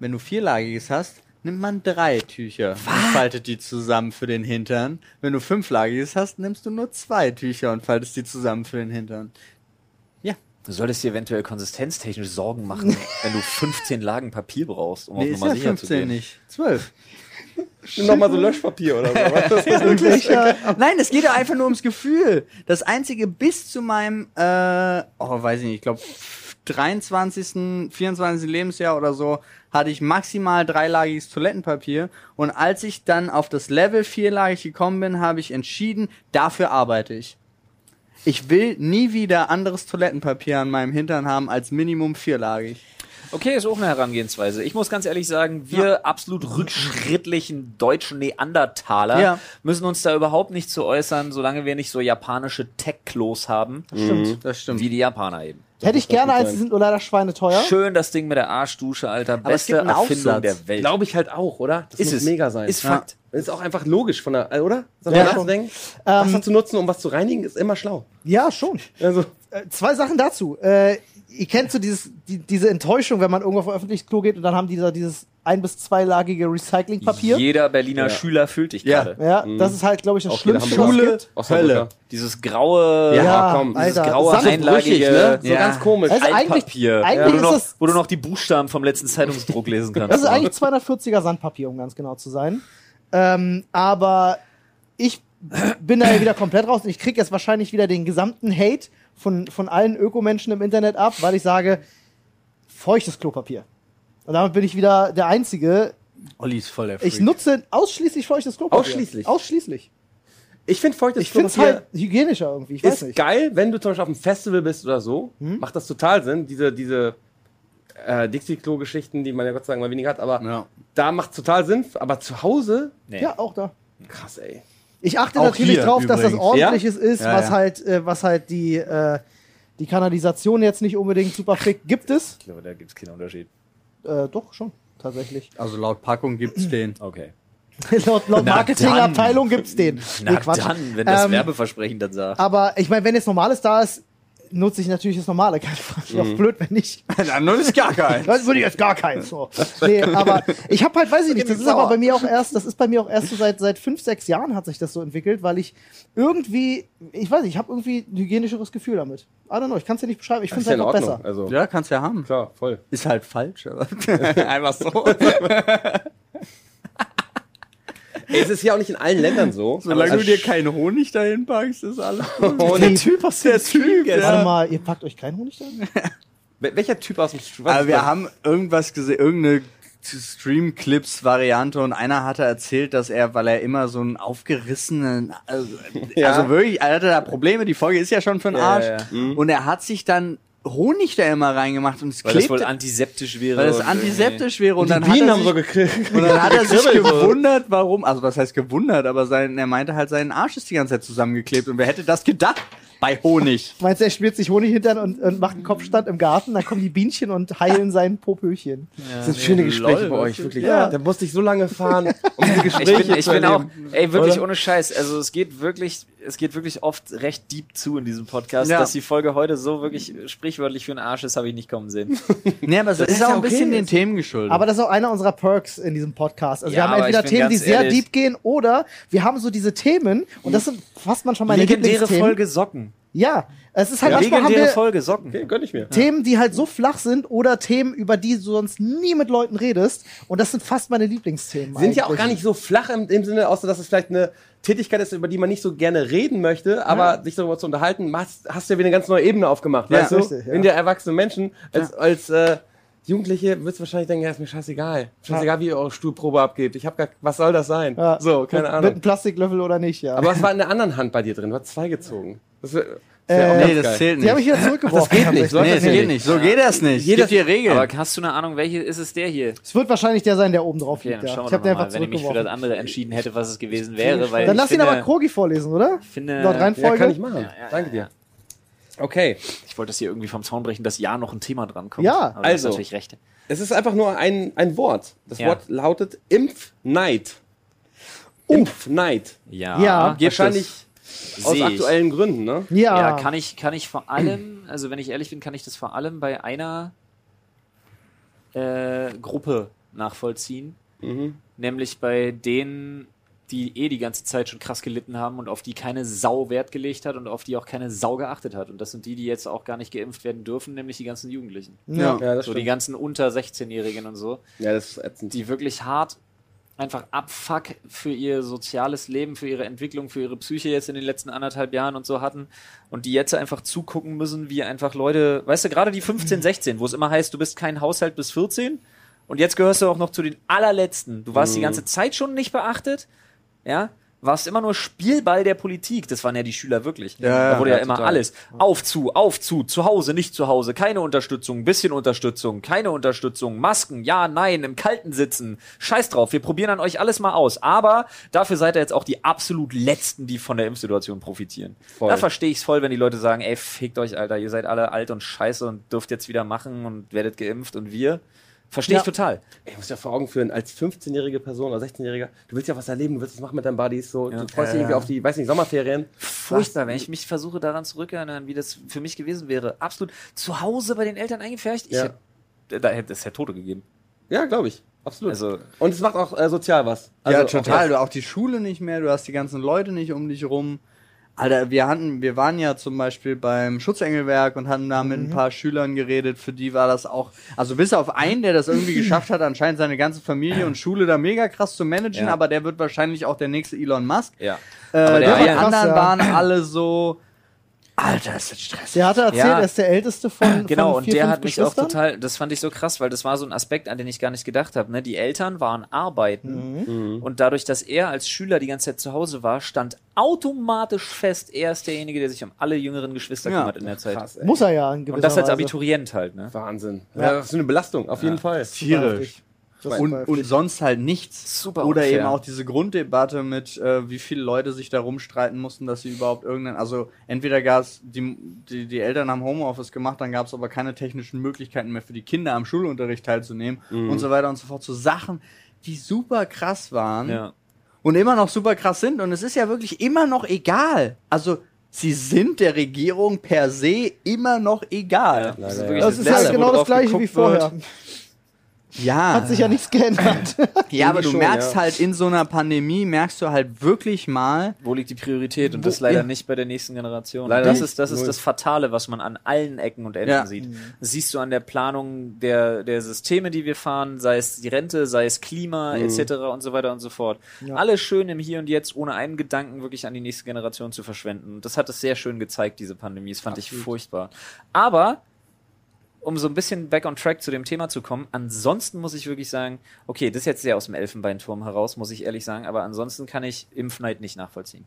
Wenn du vierlagiges hast, nimmt man drei Tücher und faltet die zusammen für den Hintern. Wenn du fünflagiges hast, nimmst du nur zwei Tücher und faltest die zusammen für den Hintern.
Du solltest dir eventuell konsistenztechnisch Sorgen machen, wenn du 15 Lagen Papier brauchst, um
Nee,
auf
ist
Nummer
ja
sicher zu
15
gehen.
nicht. 12.
Nochmal so Löschpapier oder so. weißt du?
wirklich, ja.
Nein, es geht ja einfach nur ums Gefühl. Das einzige bis zu meinem, äh, oh, weiß ich nicht, ich glaube 23., 24. Lebensjahr oder so, hatte ich maximal dreilagiges Toilettenpapier. Und als ich dann auf das Level vierlagig gekommen bin, habe ich entschieden, dafür arbeite ich. Ich will nie wieder anderes Toilettenpapier an meinem Hintern haben als Minimum vierlagig.
Okay, ist auch eine Herangehensweise. Ich muss ganz ehrlich sagen, wir absolut rückschrittlichen deutschen Neandertaler
Ja.
müssen uns da überhaupt nicht zu äußern, solange wir nicht so japanische Tech-Klos haben,
Stimmt. Das stimmt.
wie die Japaner eben.
Hätte ich gerne eins, die sind nur leider schweineteuer.
Schön das Ding mit der Arschdusche, Alter. Beste
es gibt einen
Erfindung
Aufsatz.
der Welt.
Glaube ich halt auch, oder? Das muss mega sein.
Ist
Ist,
Fakt.
ist auch einfach logisch von der, äh, oder? Sag
Ja. Ähm,
mal nachdenken. Wasser zu nutzen, um was zu reinigen, ist immer schlau.
Ja, schon.
Also,
Äh, zwei Sachen dazu. Äh, ihr kennt so dieses, die, diese Enttäuschung, wenn man irgendwo auf ein öffentliches Klo geht und dann haben die da dieses ein- bis zweilagige Recyclingpapier.
Jeder Berliner
Ja.
Schüler fühlt dich
Ja.
gerade.
ja, das ist halt, glaube ich, das
Auch jeder
Schlimmste.
Hamburger.
was es
Schule.
gibt.
Hölle.
Dieses graue,
Ja,
Ja,
komm,
dieses
Alter.
graue
Samt-
Samt- brüchig,
einlagige,
ne?
So ganz komisch.
Also eigentlich,
Altpapier,
eigentlich
wo, du
ist
noch,
das-
wo du noch die Buchstaben vom letzten Zeitungsdruck lesen kannst.
Das ist eigentlich 240er Sandpapier, um ganz genau zu sein. Ähm, aber ich bin da ja wieder komplett raus und ich krieg jetzt wahrscheinlich wieder den gesamten Hate von, von allen Ökomenschen im Internet ab, weil ich sage, feuchtes Klopapier. Und damit bin ich wieder der Einzige.
Olli ist voll der
Ich nutze ausschließlich feuchtes Klopapier.
Ausschließlich?
Ausschließlich.
Ich finde feuchtes
Ich finde es
Klopapier
halt hygienischer irgendwie. Ich weiß
ist
nicht.
geil, wenn du zum Beispiel auf einem Festival bist oder so. Macht das total Sinn, diese, diese äh, Dixie-Klo-Geschichten, die man ja Gott sei Dank mal weniger hat, aber
Ja.
da macht es total Sinn. Aber zu Hause,
Nee.
Ja, auch da.
krass, ey.
Ich achte
Auch
natürlich
hier
drauf, dass das
übrigens.
ordentliches ist,
Ja,
was
ja.
halt, äh, was halt die, äh, die Kanalisation jetzt nicht unbedingt super fickt. Gibt es?
Ich glaube, da gibt es keinen Unterschied.
Äh, doch, schon, tatsächlich.
Also laut Packung gibt's den.
Okay.
laut laut
Na
Marketingabteilung gibt's den.
Na
Nee, Quatsch.
dann, wenn das
Ähm,
Werbeversprechen dann sagt.
Aber ich meine, wenn jetzt Normales da ist, nutze ich natürlich das Normale. Keine Frage. Wäre Auch blöd, wenn nicht.
Dann ist gar kein.
Das würde ich jetzt gar keinen. So. Nee, aber ich habe halt, weiß ich nicht, das ist aber bei mir auch erst, das ist bei mir auch erst so seit, seit fünf, sechs Jahren hat sich das so entwickelt, weil ich irgendwie, ich weiß nicht, ich habe irgendwie ein hygienischeres Gefühl damit. I don't know, ich kann es dir nicht beschreiben, ich finde es halt noch besser.
Also,
Ja, kannst ja haben.
klar, voll.
Ist halt falsch, aber einfach so.
Ey, es ist ja auch nicht in allen Ländern so.
Solange
Aber
du
es-
dir keinen Honig dahin packst, ist alles gut.
der Typ, was der
Typ,
Warte
ja.
mal, ihr packt euch keinen Honig da?
Wel- Welcher Typ aus dem Stu- was
Aber
ist
wir
das?
haben irgendwas gesehen, irgendeine Stream-Clips-Variante und einer hatte erzählt, dass er, weil er immer so einen aufgerissenen, also,
Ja.
also wirklich, er hatte da Probleme, die Folge ist ja schon für den
Ja,
Arsch.
ja, ja.
Und er hat sich dann Honig da immer reingemacht und es
Weil das
klebte,
wohl antiseptisch wäre.
weil es
und
antiseptisch wäre und,
die
dann
Bienen
hat
haben
er
so
sich,
gekriegt.
und dann hat er sich
gekribbelt, so.
gewundert, warum, also was heißt gewundert, aber sein, er meinte halt, seinen Arsch ist die ganze Zeit zusammengeklebt und wer hätte das gedacht? Bei Honig.
Meinst du, er schmiert sich Honig hintern und, und macht einen Kopfstand im Garten, dann kommen die Bienchen und heilen sein Popöchen.
Das sind schöne Gespräche bei euch, wirklich.
Ja.
Da musste ich so lange fahren, um diese
irgendwie-
Gespräche
Ich bin, ich
zu
bin auch,
erleben.
ey, wirklich
Oder?
ohne Scheiß. Also es geht wirklich, es geht wirklich oft recht deep zu in diesem Podcast,
Ja.
dass die Folge heute so wirklich sprichwörtlich für den Arsch ist, habe ich nicht kommen sehen.
Nee, aber es ist,
ist
auch
ja
ein
okay
bisschen den
jetzt.
Themen geschuldet.
Aber das ist auch einer unserer Perks in diesem Podcast. Also
Ja,
wir haben
aber
entweder
ich bin
Themen, die
ganz
sehr
ehrlich-
deep gehen, oder wir haben so diese Themen, und das sind fast manchmal meine
Legendäre
Lieblingsthemen.
Folge Socken.
Ja, es ist halt manchmal haben
Legendäre
wir
Folge Socken.
Okay, gönn ich mir.
Themen, die halt so flach sind, oder Themen, über die du sonst nie mit Leuten redest. Und das sind fast meine Lieblingsthemen.
sind ja auch
eigentlich.
gar nicht so flach im, im Sinne, außer dass es vielleicht eine Tätigkeit ist, über die man nicht so gerne reden möchte, aber sich darüber zu unterhalten, machst, hast du ja wieder eine ganz neue Ebene aufgemacht,
Ja,
weißt du?
richtig, ja.
In der erwachsenen Menschen, als, als äh, Jugendliche würdest du wahrscheinlich denken, ja, ist mir scheißegal. Scheißegal, wie ihr eure Stuhlprobe abgebt. Ich hab gar, was soll das sein?
Ja,
So, keine
mit,
Ahnung.
Mit einem Plastiklöffel oder nicht, ja.
aber was war in der anderen Hand bei dir drin? Du hast zwei gezogen. Das wär, das
Äh,
wär auch
nee,
ganz
das
geil.
zählt nicht.
die habe ich wieder zurückgeworfen.
das geht nicht, so
tatsächlich.
Nee, das
Nee.
geht nicht. So geht das nicht.
Jeder-
Jeder dir Regeln.
Aber hast du eine Ahnung, welche ist es der hier?
Es wird wahrscheinlich der sein, der oben drauf
Okay,
liegt.
dann
Ja.
schauen wir
Ich habe
doch
den
noch
einfach
mal, wenn ich mich für das
zurückgeworfen.
andere entschieden hätte, was es gewesen wäre. Weil
Dann lass
ich
ihn aber
finde-
Krogi vorlesen, oder?
finde-
Laut Reihenfolge.
Ja, kann ich machen.
ja,
Danke dir.
ja.
Okay.
Ich wollte das hier irgendwie vom Zaun brechen, dass ja noch ein Thema dran kommt.
Ja.
aber also.
Also.
natürlich recht.
Es ist einfach nur ein, ein Wort. Das
Ja.
Wort lautet Impfneid. Impfneid.
Ja,
Ja.
gibt es.
Wahrscheinlich aus
Sehe ich.
aktuellen Gründen, ne?
Ja.
Ja, kann ich, kann ich vor allem, also wenn ich ehrlich bin, kann ich das vor allem bei einer äh, Gruppe nachvollziehen.
Mhm.
Nämlich bei denen, die eh die ganze Zeit schon krass gelitten haben und auf die keine Sau Wert gelegt hat und auf die auch keine Sau geachtet hat. Und das sind die, die jetzt auch gar nicht geimpft werden dürfen, nämlich die ganzen Jugendlichen.
ja.
Ja, das
so die
stimmt.
ganzen unter 16-Jährigen und so.
Ja, das ist ätzend.
die wirklich hart einfach abfuck für ihr soziales Leben, für ihre Entwicklung, für ihre Psyche jetzt in den letzten anderthalb Jahren und so hatten und die jetzt einfach zugucken müssen, wie einfach Leute, weißt du, gerade die 15, 16, wo es immer heißt, du bist kein Haushalt bis 14 und jetzt gehörst du auch noch zu den allerletzten. Du warst die ganze Zeit schon nicht beachtet, ja? Warst immer nur Spielball der Politik. Das waren ja die Schüler wirklich.
ja,
da wurde ja,
ja,
immer
total.
alles. Auf zu, auf zu, zu Hause, nicht zu Hause, keine Unterstützung, ein bisschen Unterstützung, keine Unterstützung, Masken, ja, nein, im Kalten sitzen. Scheiß drauf, wir probieren an euch alles mal aus. Aber dafür seid ihr jetzt auch die absolut Letzten, die von der Impfsituation profitieren.
Voll.
Da verstehe ich es voll, wenn die Leute sagen, ey, fickt euch, Alter, ihr seid alle alt und scheiße und dürft jetzt wieder machen und werdet geimpft und wir. Verstehe ich
Ja.
total.
Ich muss ja vor Augen führen, als 15-jährige Person oder 16-Jähriger, du willst ja was erleben, du willst was machen mit deinem Buddy, ist so, du freust dich irgendwie auf die, weiß nicht, Sommerferien.
Furchtbar, wenn ich mich versuche daran zurückerinnern, wie das für mich gewesen wäre. Absolut zu Hause bei den Eltern eingepfercht. Ich
Ja.
hätte, da hätte es ja Tote gegeben.
Ja, glaube ich. Absolut.
Also
Und es macht auch äh, sozial was.
ja,
auch
total.
das-
Du auch die Schule nicht mehr, du hast die ganzen Leute nicht um dich rum. Alter, wir hatten, wir waren ja zum Beispiel beim Schutzengelwerk und hatten da mit
Mhm.
ein paar Schülern geredet, für die war das auch, also bis auf einen, der das irgendwie geschafft hat, anscheinend seine ganze Familie und Schule da mega krass zu managen,
Ja.
aber der wird wahrscheinlich auch der nächste Elon Musk.
ja.
Äh,
Aber der
die
war ja-
anderen
krass, ja.
waren alle so, Alter, ist das stressig.
Der hatte erzählt,
Ja.
er ist der Älteste von
Genau,
von
und
vier,
der
fünf
hat mich auch
Geschwistern.
total, das fand ich so krass, weil das war so ein Aspekt, an den ich gar nicht gedacht habe. Ne? Die Eltern waren arbeiten
Mhm.
und dadurch, dass er als Schüler die ganze Zeit zu Hause war, stand automatisch fest, er ist derjenige, der sich um alle jüngeren Geschwister
Ja.
kümmert in der Zeit.
Krass, ey.
Muss er ja in gewisser
Und das als
Weise.
Abiturient halt, ne?
Wahnsinn. Ja. das ist eine Belastung, auf jeden Fall.
Tierisch.
Das
und,
war-
und sonst halt nichts.
Super
Oder
unfair.
eben auch diese Grunddebatte mit, äh, wie viele Leute sich da rumstreiten mussten, dass sie überhaupt irgendeinen, also entweder gab es, die, die, die Eltern haben Homeoffice gemacht, dann gab es aber keine technischen Möglichkeiten mehr für die Kinder am Schulunterricht teilzunehmen und so weiter und so fort. So Sachen, die super krass waren
Ja.
und immer noch super krass sind und es ist ja wirklich immer noch egal. Also sie sind der Regierung per se immer noch egal.
Das ist
Leider,
wirklich
ja.
das ist ja
Letzte,
genau das
worauf
gleiche wie
geguckt
vorher.
wird.
Ja.
Hat sich ja nichts geändert.
Ja, aber du
schon,
merkst
ja.
halt in so einer Pandemie, merkst du halt wirklich mal,
Wo liegt die Priorität? Und
Wo-
das leider
ja.
nicht bei der nächsten Generation.
Leider
das
nicht.
ist, das ist
Null.
das Fatale, was man an allen Ecken und Enden
Ja.
sieht. Das siehst du an der Planung der, der Systeme, die wir fahren, sei es die Rente, sei es Klima, etc. und so weiter und so fort. Alles schön im Hier und Jetzt, ohne einen Gedanken wirklich an die nächste Generation zu verschwenden. Und das hat es sehr schön gezeigt, diese Pandemie. Das fand ich furchtbar. Aber um so ein bisschen back on track zu dem Thema zu kommen, ansonsten muss ich wirklich sagen, okay, das ist jetzt sehr aus dem Elfenbeinturm heraus, muss ich ehrlich sagen, aber ansonsten kann ich Impfneid nicht nachvollziehen.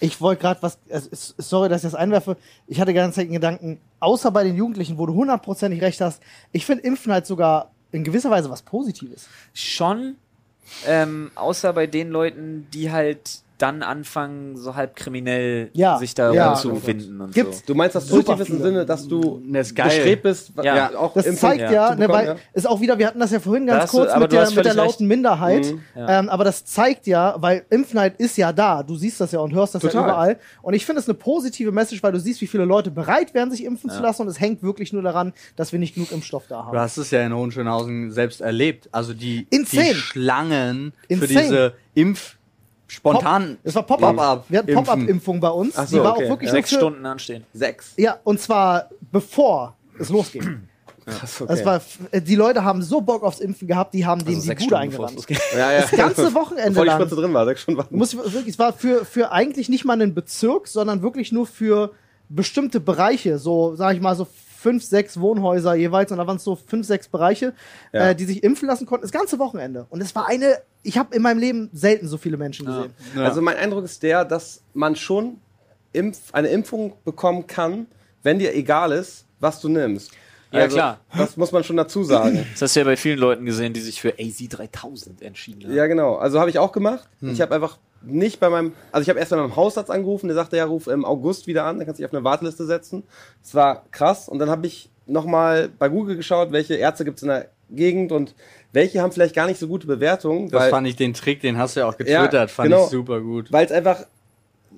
Ich wollte gerade was, also, s- sorry, dass ich das einwerfe. Ich hatte ganz den Gedanken, außer bei den Jugendlichen, wo du hundertprozentig recht hast, ich finde Impfen halt sogar in gewisser Weise was Positives.
Schon, ähm, außer bei den Leuten, die halt dann anfangen, so halb kriminell
Ja,
sich da
ja.
rumzuwinden und
Gibt's-
so.
Du meinst das
Super
positiv im
viele.
Sinne, dass du
ne, ist
bestrebt bist, wa-
Ja.
auch
Das
Impfung
zeigt ja,
zu
ne, weil
bekommen, ja.
ist auch wieder, wir hatten das ja vorhin ganz
hast du-
kurz
aber
mit
du
der,
hast
mit der
völlig
lauten Minderheit.
Mhm,
ja.
Ähm, aber das zeigt ja, weil Impfneid ist ja da. Du siehst das ja und hörst das ja
Total.
überall. Und ich finde es eine positive Message, weil du siehst, wie viele Leute bereit wären, sich impfen zu lassen. Und es hängt wirklich nur daran, dass wir nicht genug Impfstoff da haben.
Du hast es ja in Hohenschönhausen selbst erlebt. Also die,
Insane.
die Schlangen für
Insane.
diese Impf spontan
Es war Pop-up.
Pop-up
wir hatten
impfen.
Pop-up-Impfung bei uns.
Ach so,
die war
okay,
auch wirklich
ja.
nur
Sechs
für-
Stunden anstehen.
Sechs.
Ja, und zwar bevor es losging.
Krass, okay.
Das
Also
war, f- äh, die Leute haben so Bock aufs Impfen gehabt, die haben denen die Bude eingerannt.
ja, ja.
Das ganze Wochenende
Bevor die
lang.
Spritze drin war, sechs Stunden warten.
Muss ich wirklich, es war für, für eigentlich nicht mal einen Bezirk, sondern wirklich nur für bestimmte Bereiche, so sage ich mal so fünf, sechs Wohnhäuser jeweils und da waren es so fünf, sechs Bereiche,
Ja.
äh, die sich impfen lassen konnten, das ganze Wochenende. Und es war eine, ich habe in meinem Leben selten so viele Menschen gesehen.
Ja.
Also mein Eindruck ist der, dass man schon Impf eine Impfung bekommen kann, wenn dir egal ist, was du nimmst. Also,
Ja, klar.
Das muss man schon dazu sagen.
Das hast du ja bei vielen Leuten gesehen, die sich für AZ3000 entschieden haben.
ja, genau. Also habe ich auch gemacht. Ich habe einfach nicht bei meinem, also ich habe erst bei meinem Hausarzt angerufen, der sagte, ja, ruf im August wieder an, dann kannst du dich auf eine Warteliste setzen. Das war krass. Und dann habe ich nochmal bei Google geschaut, welche Ärzte gibt es in der Gegend und welche haben vielleicht gar nicht so gute Bewertungen.
das
weil-
fand ich den Trick, den hast du ja auch getwittert, fand
genau.
ich super gut.
Weil es einfach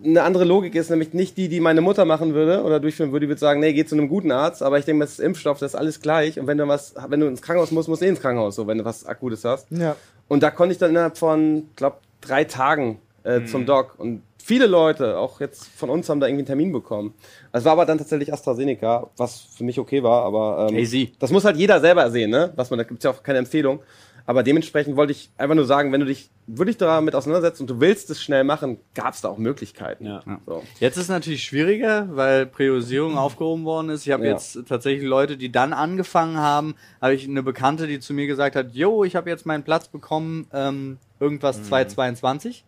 eine andere Logik ist, nämlich nicht die, die meine Mutter machen würde oder durchführen würde, die würde sagen, nee, geh zu einem guten Arzt, aber ich denke, das ist Impfstoff, das ist alles gleich und wenn du was, wenn du ins Krankenhaus musst, musst du eh ins Krankenhaus, so, wenn du was Akutes hast.
Ja.
Und da konnte ich dann innerhalb von, glaub, drei Tagen äh, zum Doc und viele Leute, auch jetzt von uns, haben da irgendwie einen Termin bekommen. Es war aber dann tatsächlich AstraZeneca, was für mich okay war, aber ähm,
Easy.
das muss halt jeder selber sehen, ne? Was man, da gibt's ja auch keine Empfehlung. Aber dementsprechend wollte ich einfach nur sagen, wenn du dich wirklich damit auseinandersetzt und du willst es schnell machen, gab's da auch Möglichkeiten.
Ja.
So.
Jetzt ist natürlich schwieriger, weil Priorisierung aufgehoben worden ist. Ich habe
Ja.
jetzt tatsächlich Leute, die dann angefangen haben, habe ich eine Bekannte, die zu mir gesagt hat, jo, ich habe jetzt meinen Platz bekommen, ähm, irgendwas
Mhm.
2022.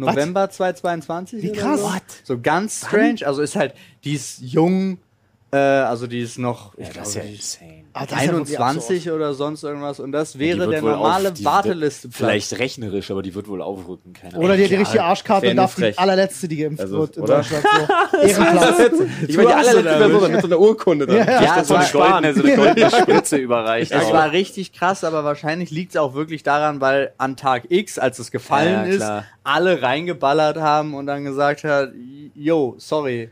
November 2022.
Wie
oder
krass. Ah,
So.
What?
so ganz strange. Also ist halt, die ist jung, Äh, also die ist noch, ich
Das ist ja
glaube, die ist
insane.
Ah, das ist ja wirklich
21 oder sonst irgendwas. Und das
Die
wäre
wird
der
wohl auf-
normale
die wird-
Warteliste.
Vielleicht rechnerisch, aber die wird wohl aufrücken. Keine
Oder
Ahnung.
dir die richtige Arschkarte
wär
und
nur
darf die
frech.
allerletzte, die geimpft
Also,
wird in
oder?
Deutschland. So. Ehrenplatz.
Ich war die
hast
allerletzte
du da
Person, mit so einer Urkunde dann.
Ja.
Ja, so eine goldene, so eine goldene Spritze überreicht.
Es
auch.
war richtig krass, aber wahrscheinlich liegt es auch wirklich daran, weil an Tag X, als es gefallen
Ja, klar.
ist, alle reingeballert haben und dann gesagt hat, yo, sorry.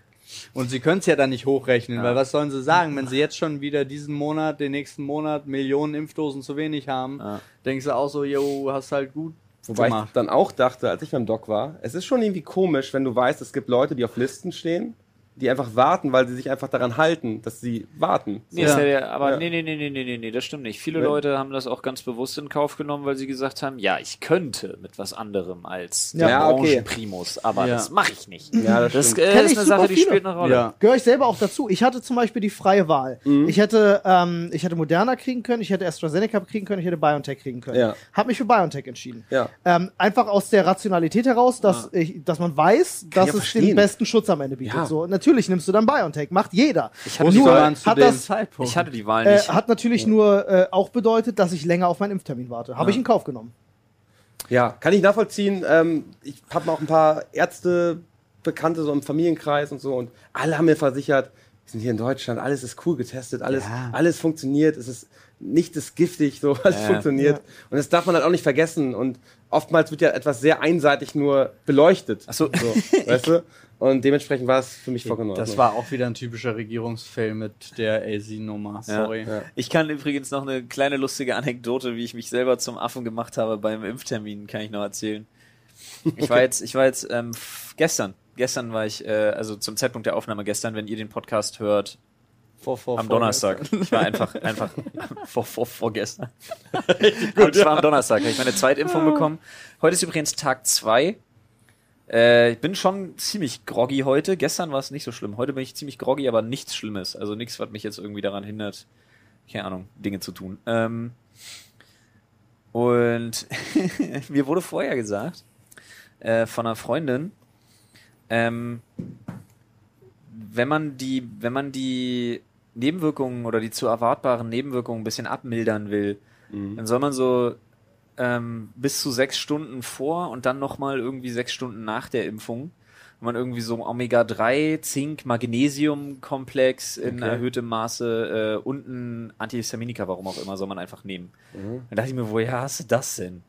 Und sie können es ja dann nicht hochrechnen, weil was sollen sie sagen, wenn sie jetzt schon wieder diesen Monat, den nächsten Monat Millionen Impfdosen zu wenig haben,
Ja.
denkst du auch so, yo, hast halt gut
Wobei ich
gemacht.
dann auch dachte, als ich beim Doc war, es ist schon irgendwie komisch, wenn du weißt, es gibt Leute, die auf Listen stehen, die einfach warten, weil sie sich einfach daran halten, dass sie warten. So.
Nee, ist
Ja.
ja. der, aber
Ja.
nee, nee, nee, nee, nee, nee, nee, das stimmt nicht. Viele
Ja.
Leute haben das auch ganz bewusst in Kauf genommen, weil sie gesagt haben, ja, ich könnte mit was anderem als
Ja.
ja,
Ja, okay.
Branchenprimus, aber
Ja.
das mache ich nicht.
Ja, das
Das
stimmt.
äh,
Kenn ich
ist eine
super
Sache, die
viele.
spielt eine Rolle.
Ja.
Gehöre ich selber auch dazu. Ich hatte zum Beispiel die freie Wahl. Ich, hätte, ähm, ich hätte Moderna kriegen können, ich hätte AstraZeneca kriegen können, ich hätte BioNTech kriegen können.
Ja.
Hab mich für BioNTech entschieden.
Ja.
Ähm, einfach aus der Rationalität heraus, dass, ich, dass man weiß, dass
ich
es
auch verstehen.
den besten Schutz am Ende bietet.
Ja.
So, natürlich nimmst du dann BioNTech, macht jeder.
Ich hatte,
Wo
die
sie
Wahl,
waren zu
hat
dem
das-
Zeitpunkt.
ich hatte die Wahl
Äh,
nicht.
hat natürlich nur äh, auch bedeutet, dass ich länger auf meinen Impftermin warte. Habe ich in Kauf genommen.
Ja, kann ich nachvollziehen. Ähm, ich habe auch ein paar Ärzte, Bekannte so im Familienkreis und so und alle haben mir versichert, wir sind hier in Deutschland, alles ist cool getestet, alles,
Ja.
alles funktioniert, es ist nichts ist giftig, so alles
Ja.
funktioniert. Und das darf man halt auch nicht vergessen. Und oftmals wird ja etwas sehr einseitig nur beleuchtet. Ach
so.
weißt du? Und dementsprechend war es für mich vollkommen in
Das
Ordnung.
war auch wieder ein typischer Regierungsfilm mit der AC-Nummer. Sorry.
Ja. Ich kann übrigens noch eine kleine lustige Anekdote, wie ich mich selber zum Affen gemacht habe beim Impftermin, kann ich noch erzählen. Ich war jetzt, ich war jetzt ähm, f- gestern, gestern war ich, äh, also zum Zeitpunkt der Aufnahme gestern, wenn ihr den Podcast hört,
Vor, vor,
am
vor-
Donnerstag. Ich war einfach, einfach vor, vor, vorgestern. Gut, ich war am Donnerstag, habe ich meine Zweitimpfung bekommen. Heute ist übrigens Tag zwei. Äh, ich bin schon ziemlich groggy heute. Gestern war es nicht so schlimm. Heute bin ich ziemlich groggy, aber nichts Schlimmes. Also nichts, was mich jetzt irgendwie daran hindert, keine Ahnung, Dinge zu tun. Ähm, und mir wurde vorher gesagt äh, von einer Freundin, ähm, wenn man die, wenn man die Nebenwirkungen oder die zu erwartbaren Nebenwirkungen ein bisschen abmildern will, dann soll man so ähm, bis zu sechs Stunden vor und dann nochmal irgendwie sechs Stunden nach der Impfung, wenn man irgendwie so Omega-3, Zink, Magnesium-Komplex in
Okay.
erhöhtem Maße äh, und ein Antihistaminika, warum auch immer, soll man einfach nehmen. Dann dachte ich mir, woher hast du das denn?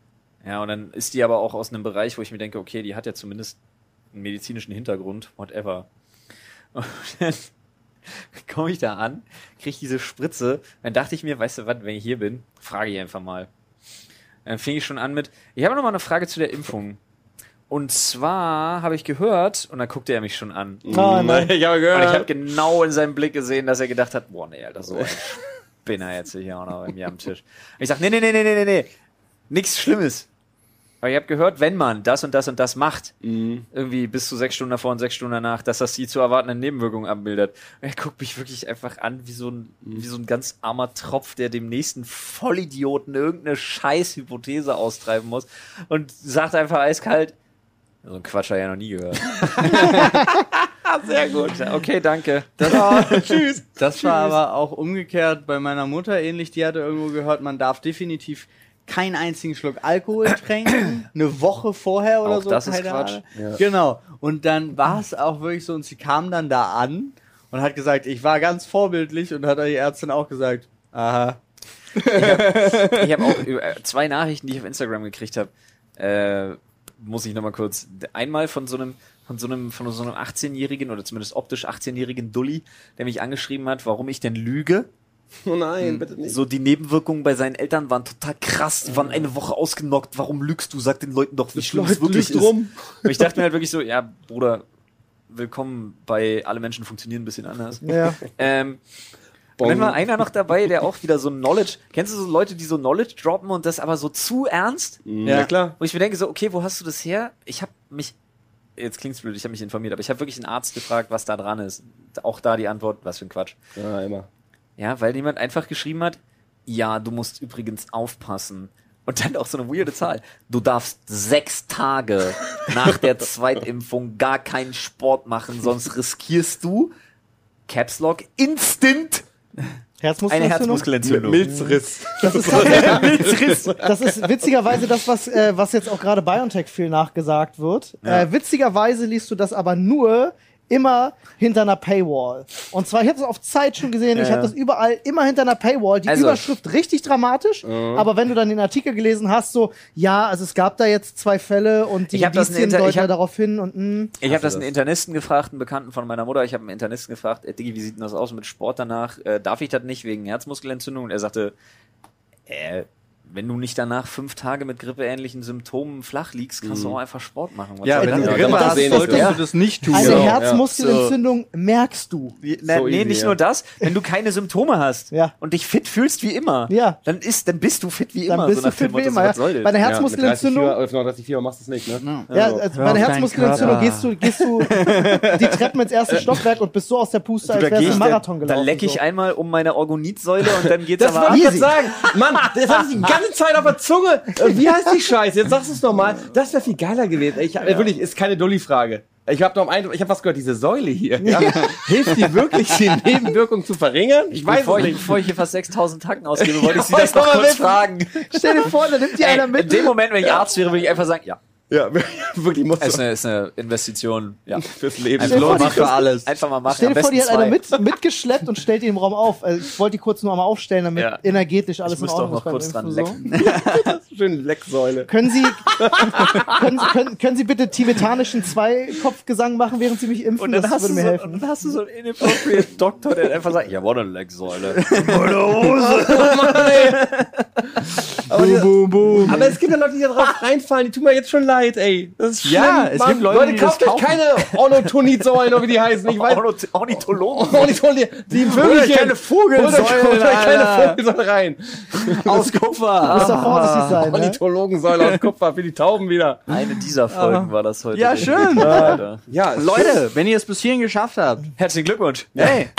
Ja, und dann ist die aber auch aus einem Bereich, wo ich mir denke, okay, die hat ja zumindest einen medizinischen Hintergrund, whatever. Und dann komme ich da an, kriege diese Spritze. Dann dachte ich mir, weißt du was, wenn ich hier bin, frage ich einfach mal. Dann fing ich schon an mit, ich habe noch mal eine Frage zu der Impfung. Und zwar habe ich gehört, und dann guckte er mich schon an. Und
Nein, nein.
ich habe
ich habe
gehört.
genau in seinem Blick gesehen, dass er gedacht hat, boah, nee, Alter, so ein Spinner jetzt hier auch noch bei mir am Tisch. Und ich sage, nee, nee, nee, nee, nee, nee, nee, nichts Schlimmes. Aber ich habe gehört, wenn man das und das und das macht, irgendwie bis zu sechs Stunden davor und sechs Stunden danach, dass das die zu erwartenden Nebenwirkungen abbildet. Und er guckt mich wirklich einfach an wie so ein, wie so ein ganz armer Tropf, der dem nächsten Vollidioten irgendeine Scheißhypothese austreiben muss und sagt einfach eiskalt, so ein Quatsch habe ich ja noch nie gehört. Sehr gut. Okay, danke.
Das war, Ah, tschüss. Das war aber auch umgekehrt bei meiner Mutter ähnlich. Die hatte irgendwo gehört, man darf definitiv keinen einzigen Schluck Alkohol trinken. Eine Woche vorher oder
Auch
so.
das ist
keine
Quatsch.
Ahnung. Genau. Und dann war es auch wirklich so. Und sie kam dann da an und hat gesagt, ich war ganz vorbildlich und hat die Ärztin auch gesagt, aha.
ich habe auch äh, zwei Nachrichten, die ich auf Instagram gekriegt habe. Äh, muss ich nochmal kurz. Einmal von so einem, von so einem, von so einem 18-jährigen oder zumindest optisch 18-jährigen Dulli, der mich angeschrieben hat, warum ich denn lüge.
Oh Ah. nein, bitte nicht.
So, die Nebenwirkungen bei seinen Eltern waren total krass. Die waren eine Woche ausgenockt. Warum lügst du? Sag den Leuten doch, wie schlimm es wirklich ist.
rum.
Und ich dachte mir halt wirklich so, ja, Bruder, willkommen bei Alle Menschen funktionieren ein bisschen anders.
Ja.
Ähm, und dann war einer noch dabei, der auch wieder so Knowledge. Kennst du so Leute, die so Knowledge droppen und das aber so zu ernst?
Ja, klar.
Wo ich mir denke, so, okay, wo hast du das her? Ich habe mich, jetzt klingt's blöd, ich habe mich informiert, aber ich habe wirklich einen Arzt gefragt, was da dran ist. Auch da die Antwort, was für ein Quatsch.
Ja, immer.
Ja, weil jemand einfach geschrieben hat, ja, du musst übrigens aufpassen. Und dann auch so eine weirde Zahl. Du darfst sechs Tage nach der Zweitimpfung gar keinen Sport machen, sonst riskierst du Caps Lock Instant eine
Herzmuskelentzündung.
Herzmuskelentzündung.
Milzriss.
Das ist, tatsächlich- das ist witzigerweise das, was, äh, was jetzt auch gerade BioNTech viel nachgesagt wird. Äh, witzigerweise liest du das aber nur immer hinter einer Paywall. Und zwar, ich habe das auf Zeit schon gesehen, ich
Ja.
habe das überall immer hinter einer Paywall. Die
Also-
Überschrift richtig dramatisch, aber wenn du dann den Artikel gelesen hast, so, ja, also es gab da jetzt zwei Fälle und die
Ich hab das in
Indizien
Inter- ich
deuten
hab-
darauf hin und hm. mh.
Ich habe das
das.
einen Internisten gefragt, einen Bekannten von meiner Mutter. Ich habe einen Internisten gefragt, äh, Diggi, wie sieht denn das aus mit Sport danach? Äh, darf ich das nicht wegen Herzmuskelentzündung? Und er sagte, äh, wenn du nicht danach fünf Tage mit grippeähnlichen Symptomen flach liegst, kannst
Mhm.
du auch einfach Sport machen. Was
Ja,
soll
wenn du
das?
genau,
Grippe
das
hast,
sehen wir,
solltest
ja.
du das nicht tun.
Eine
Genau, ja.
Herzmuskelentzündung merkst du.
Na,
So
nee,
easy,
nicht
ja.
nur das. Wenn du keine Symptome hast
Ja.
und dich fit fühlst wie immer,
Ja.
dann, ist, dann bist du fit wie
Dann
immer.
bist
so
du
nach dem
fit wie
Motto,
immer.
Was soll
ja. Bei
das?
einer
Ja, mit äh, 30
Herzmuskelentzündung
Fieber, auf 39 Fieber machst du es nicht, ne?
Ja, also bei einer
auf deinen
Herzmuskelentzündung
Körper.
gehst du, gehst du die Treppen ins erste Stockwerk und bist so aus der Puste, als
da
wärst
geh
du einen
ich,
Marathon
da, da
gelaufen.
leck ich
so.
einmal um meine Orgonitsäule und dann geht's
Das
aber
wollte
ab.
ich jetzt sagen. Mann, das hatte ich die ganze Zeit auf der Zunge. Äh, Wie heißt die Scheiße? Jetzt sagst du es nochmal. Das wäre viel geiler gewesen. Ich, äh, Wirklich, ist keine Dulli-Frage. Ich habe noch ein, ich habe was gehört, diese Säule hier. Ja. Hilft die wirklich, die Nebenwirkung zu verringern? Ich weiß
bevor,
es
ich,
nicht.
bevor ich hier fast 6000 Tacken ausgebe, wollte ich Sie
Ja,
das noch
wollte ich
kurz
mal
fragen.
Stell dir vor, da nimmt dir einer
Ey, in
mit.
dem Moment, wenn ich Arzt wäre, würde ich einfach sagen, ja.
Ja, wirklich muss
Ist
so.
eine, ist eine Investition. Ja.
Fürs Leben.
Einfach mal
vor, die-
machen.
alles.
Einfach mal machen.
Stell
am
dir vor,
besten
die hat
zwei.
einer mit, mitgeschleppt und stellt die im Raum auf. Also ich wollte die kurz nur mal aufstellen, damit
Ja.
energetisch
Ich
alles in
muss doch
Ordnung
noch
ist. beim
kurz dran
Impfen, so.
lecken.
Schön Lecksäule.
Können Sie, können, Sie- können, können Sie bitte tibetanischen Zweikopfgesang machen, während Sie mich impfen?
Und dann,
das
hast
würde
du
mir
so,
helfen.
und dann hast du so einen inappropriate Doktor, der einfach sagt, ja, what a Lecksäule.
Oh
Aber,
Also
die- aber es gibt ja Leute, die da drauf reinfallen, die tun mir jetzt schon leid, ey. Das ist schlimm.
Ja, es gibt Leute, die das
kauft euch
kaufen.
keine Ornithonitsäulen, oder wie die heißen. Ich weiß
Ornith- Ornithologen.
Ornithonit, die wirklich
keine Vogelsäulen,
Holt euch keine
Alter.
Vogelsäule rein.
Aus
Du musst
Kupfer.
doch vorsichtig sein.
Ah.
Ne?
Ornithologensäule aus Kupfer für die Tauben wieder.
Eine dieser Folgen war das heute.
Ja, schön.
Alter.
Ja,
Leute, wenn ihr es bis hierhin geschafft habt,
Herzlichen Glückwunsch.
hey,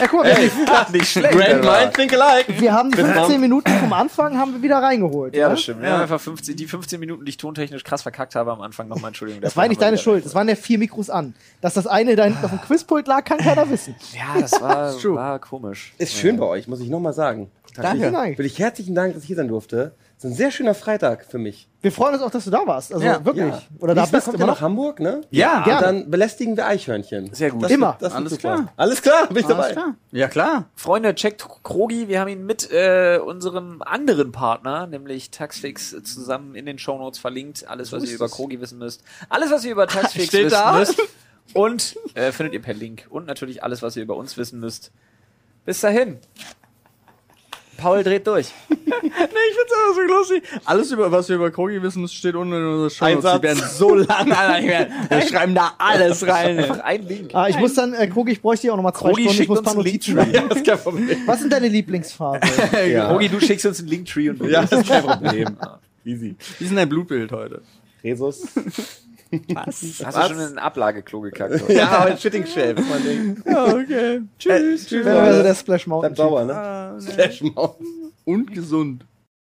Ja, guck mal, wir, haben
Nicht schlecht.
Great
Alter.
Mind Think Alike.
die- wir haben die
Bin
15 Minuten vom Anfang haben wir wieder reingeholt.
Ja,
ne?
das stimmt. Wir haben einfach 15, die 15 Minuten, die ich tontechnisch krass verkackt habe am Anfang, nochmal Entschuldigung.
Das war nicht deine Schuld. Das waren ja vier Mikros an. Dass das eine da hinten auf dem Quizpult lag, kann keiner wissen.
Ja, das war, war komisch.
Ist schön bei euch, muss ich nochmal sagen.
Danke.
Nein.
Will ich herzlichen Dank, dass ich hier sein durfte. Es ist ein sehr schöner Freitag für mich.
Wir freuen uns auch, dass du da warst. Also
Ja,
wirklich.
Ja.
Oder da
Nächstes Mal
bist du
kommt
immer
ihr
noch.
nach Hamburg, ne?
ja,
Ja.
Und dann belästigen wir Eichhörnchen.
Sehr gut.
Das wird-
Immer.
das wird
Alles
super.
klar.
Alles klar, bin ich dabei.
Ja, klar.
Freunde, checkt Krogi. Wir haben ihn mit äh, unserem anderen Partner, nämlich Taxfix, äh, zusammen in den Shownotes verlinkt. Alles, was ihr über Krogi wissen müsst. Alles, was ihr über Taxfix
Steht
wissen
da.
müsst. Und äh, findet ihr per Link. Und natürlich alles, was ihr über uns wissen müsst. Bis dahin. Paul dreht durch.
Nee, ich find's einfach so lustig. Alles, über, was wir über Kogi wissen, das steht unten in unserer Show.
Ein Satz.
Die werden so lang, Alter. die werden- Wir schreiben da alles rein.
Einfach ein Link.
Ah, ich muss dann, äh, Krogi, ich bräuchte ja auch nochmal zwei
Krogi
Stunden. Ich
schickt
muss
uns
ein paar
einen
Notizen
Linktree.
machen.
Das ist kein Problem.
Was sind deine Lieblingsfarben?
Ja,
Krogi, du schickst uns einen Linktree und wir
ja das ist kein Problem. Easy.
Wie ist denn dein Blutbild heute?
Resus.
Was?
Hast du schon in ein Ablageklo gekackt? Oder?
Ja, heute Shitting Shell. ist mein Ding.
Ja, okay. Tschüss.
also der Splash Mountain.
Bleib sauber, ne? Slash Maus.
Und gesund.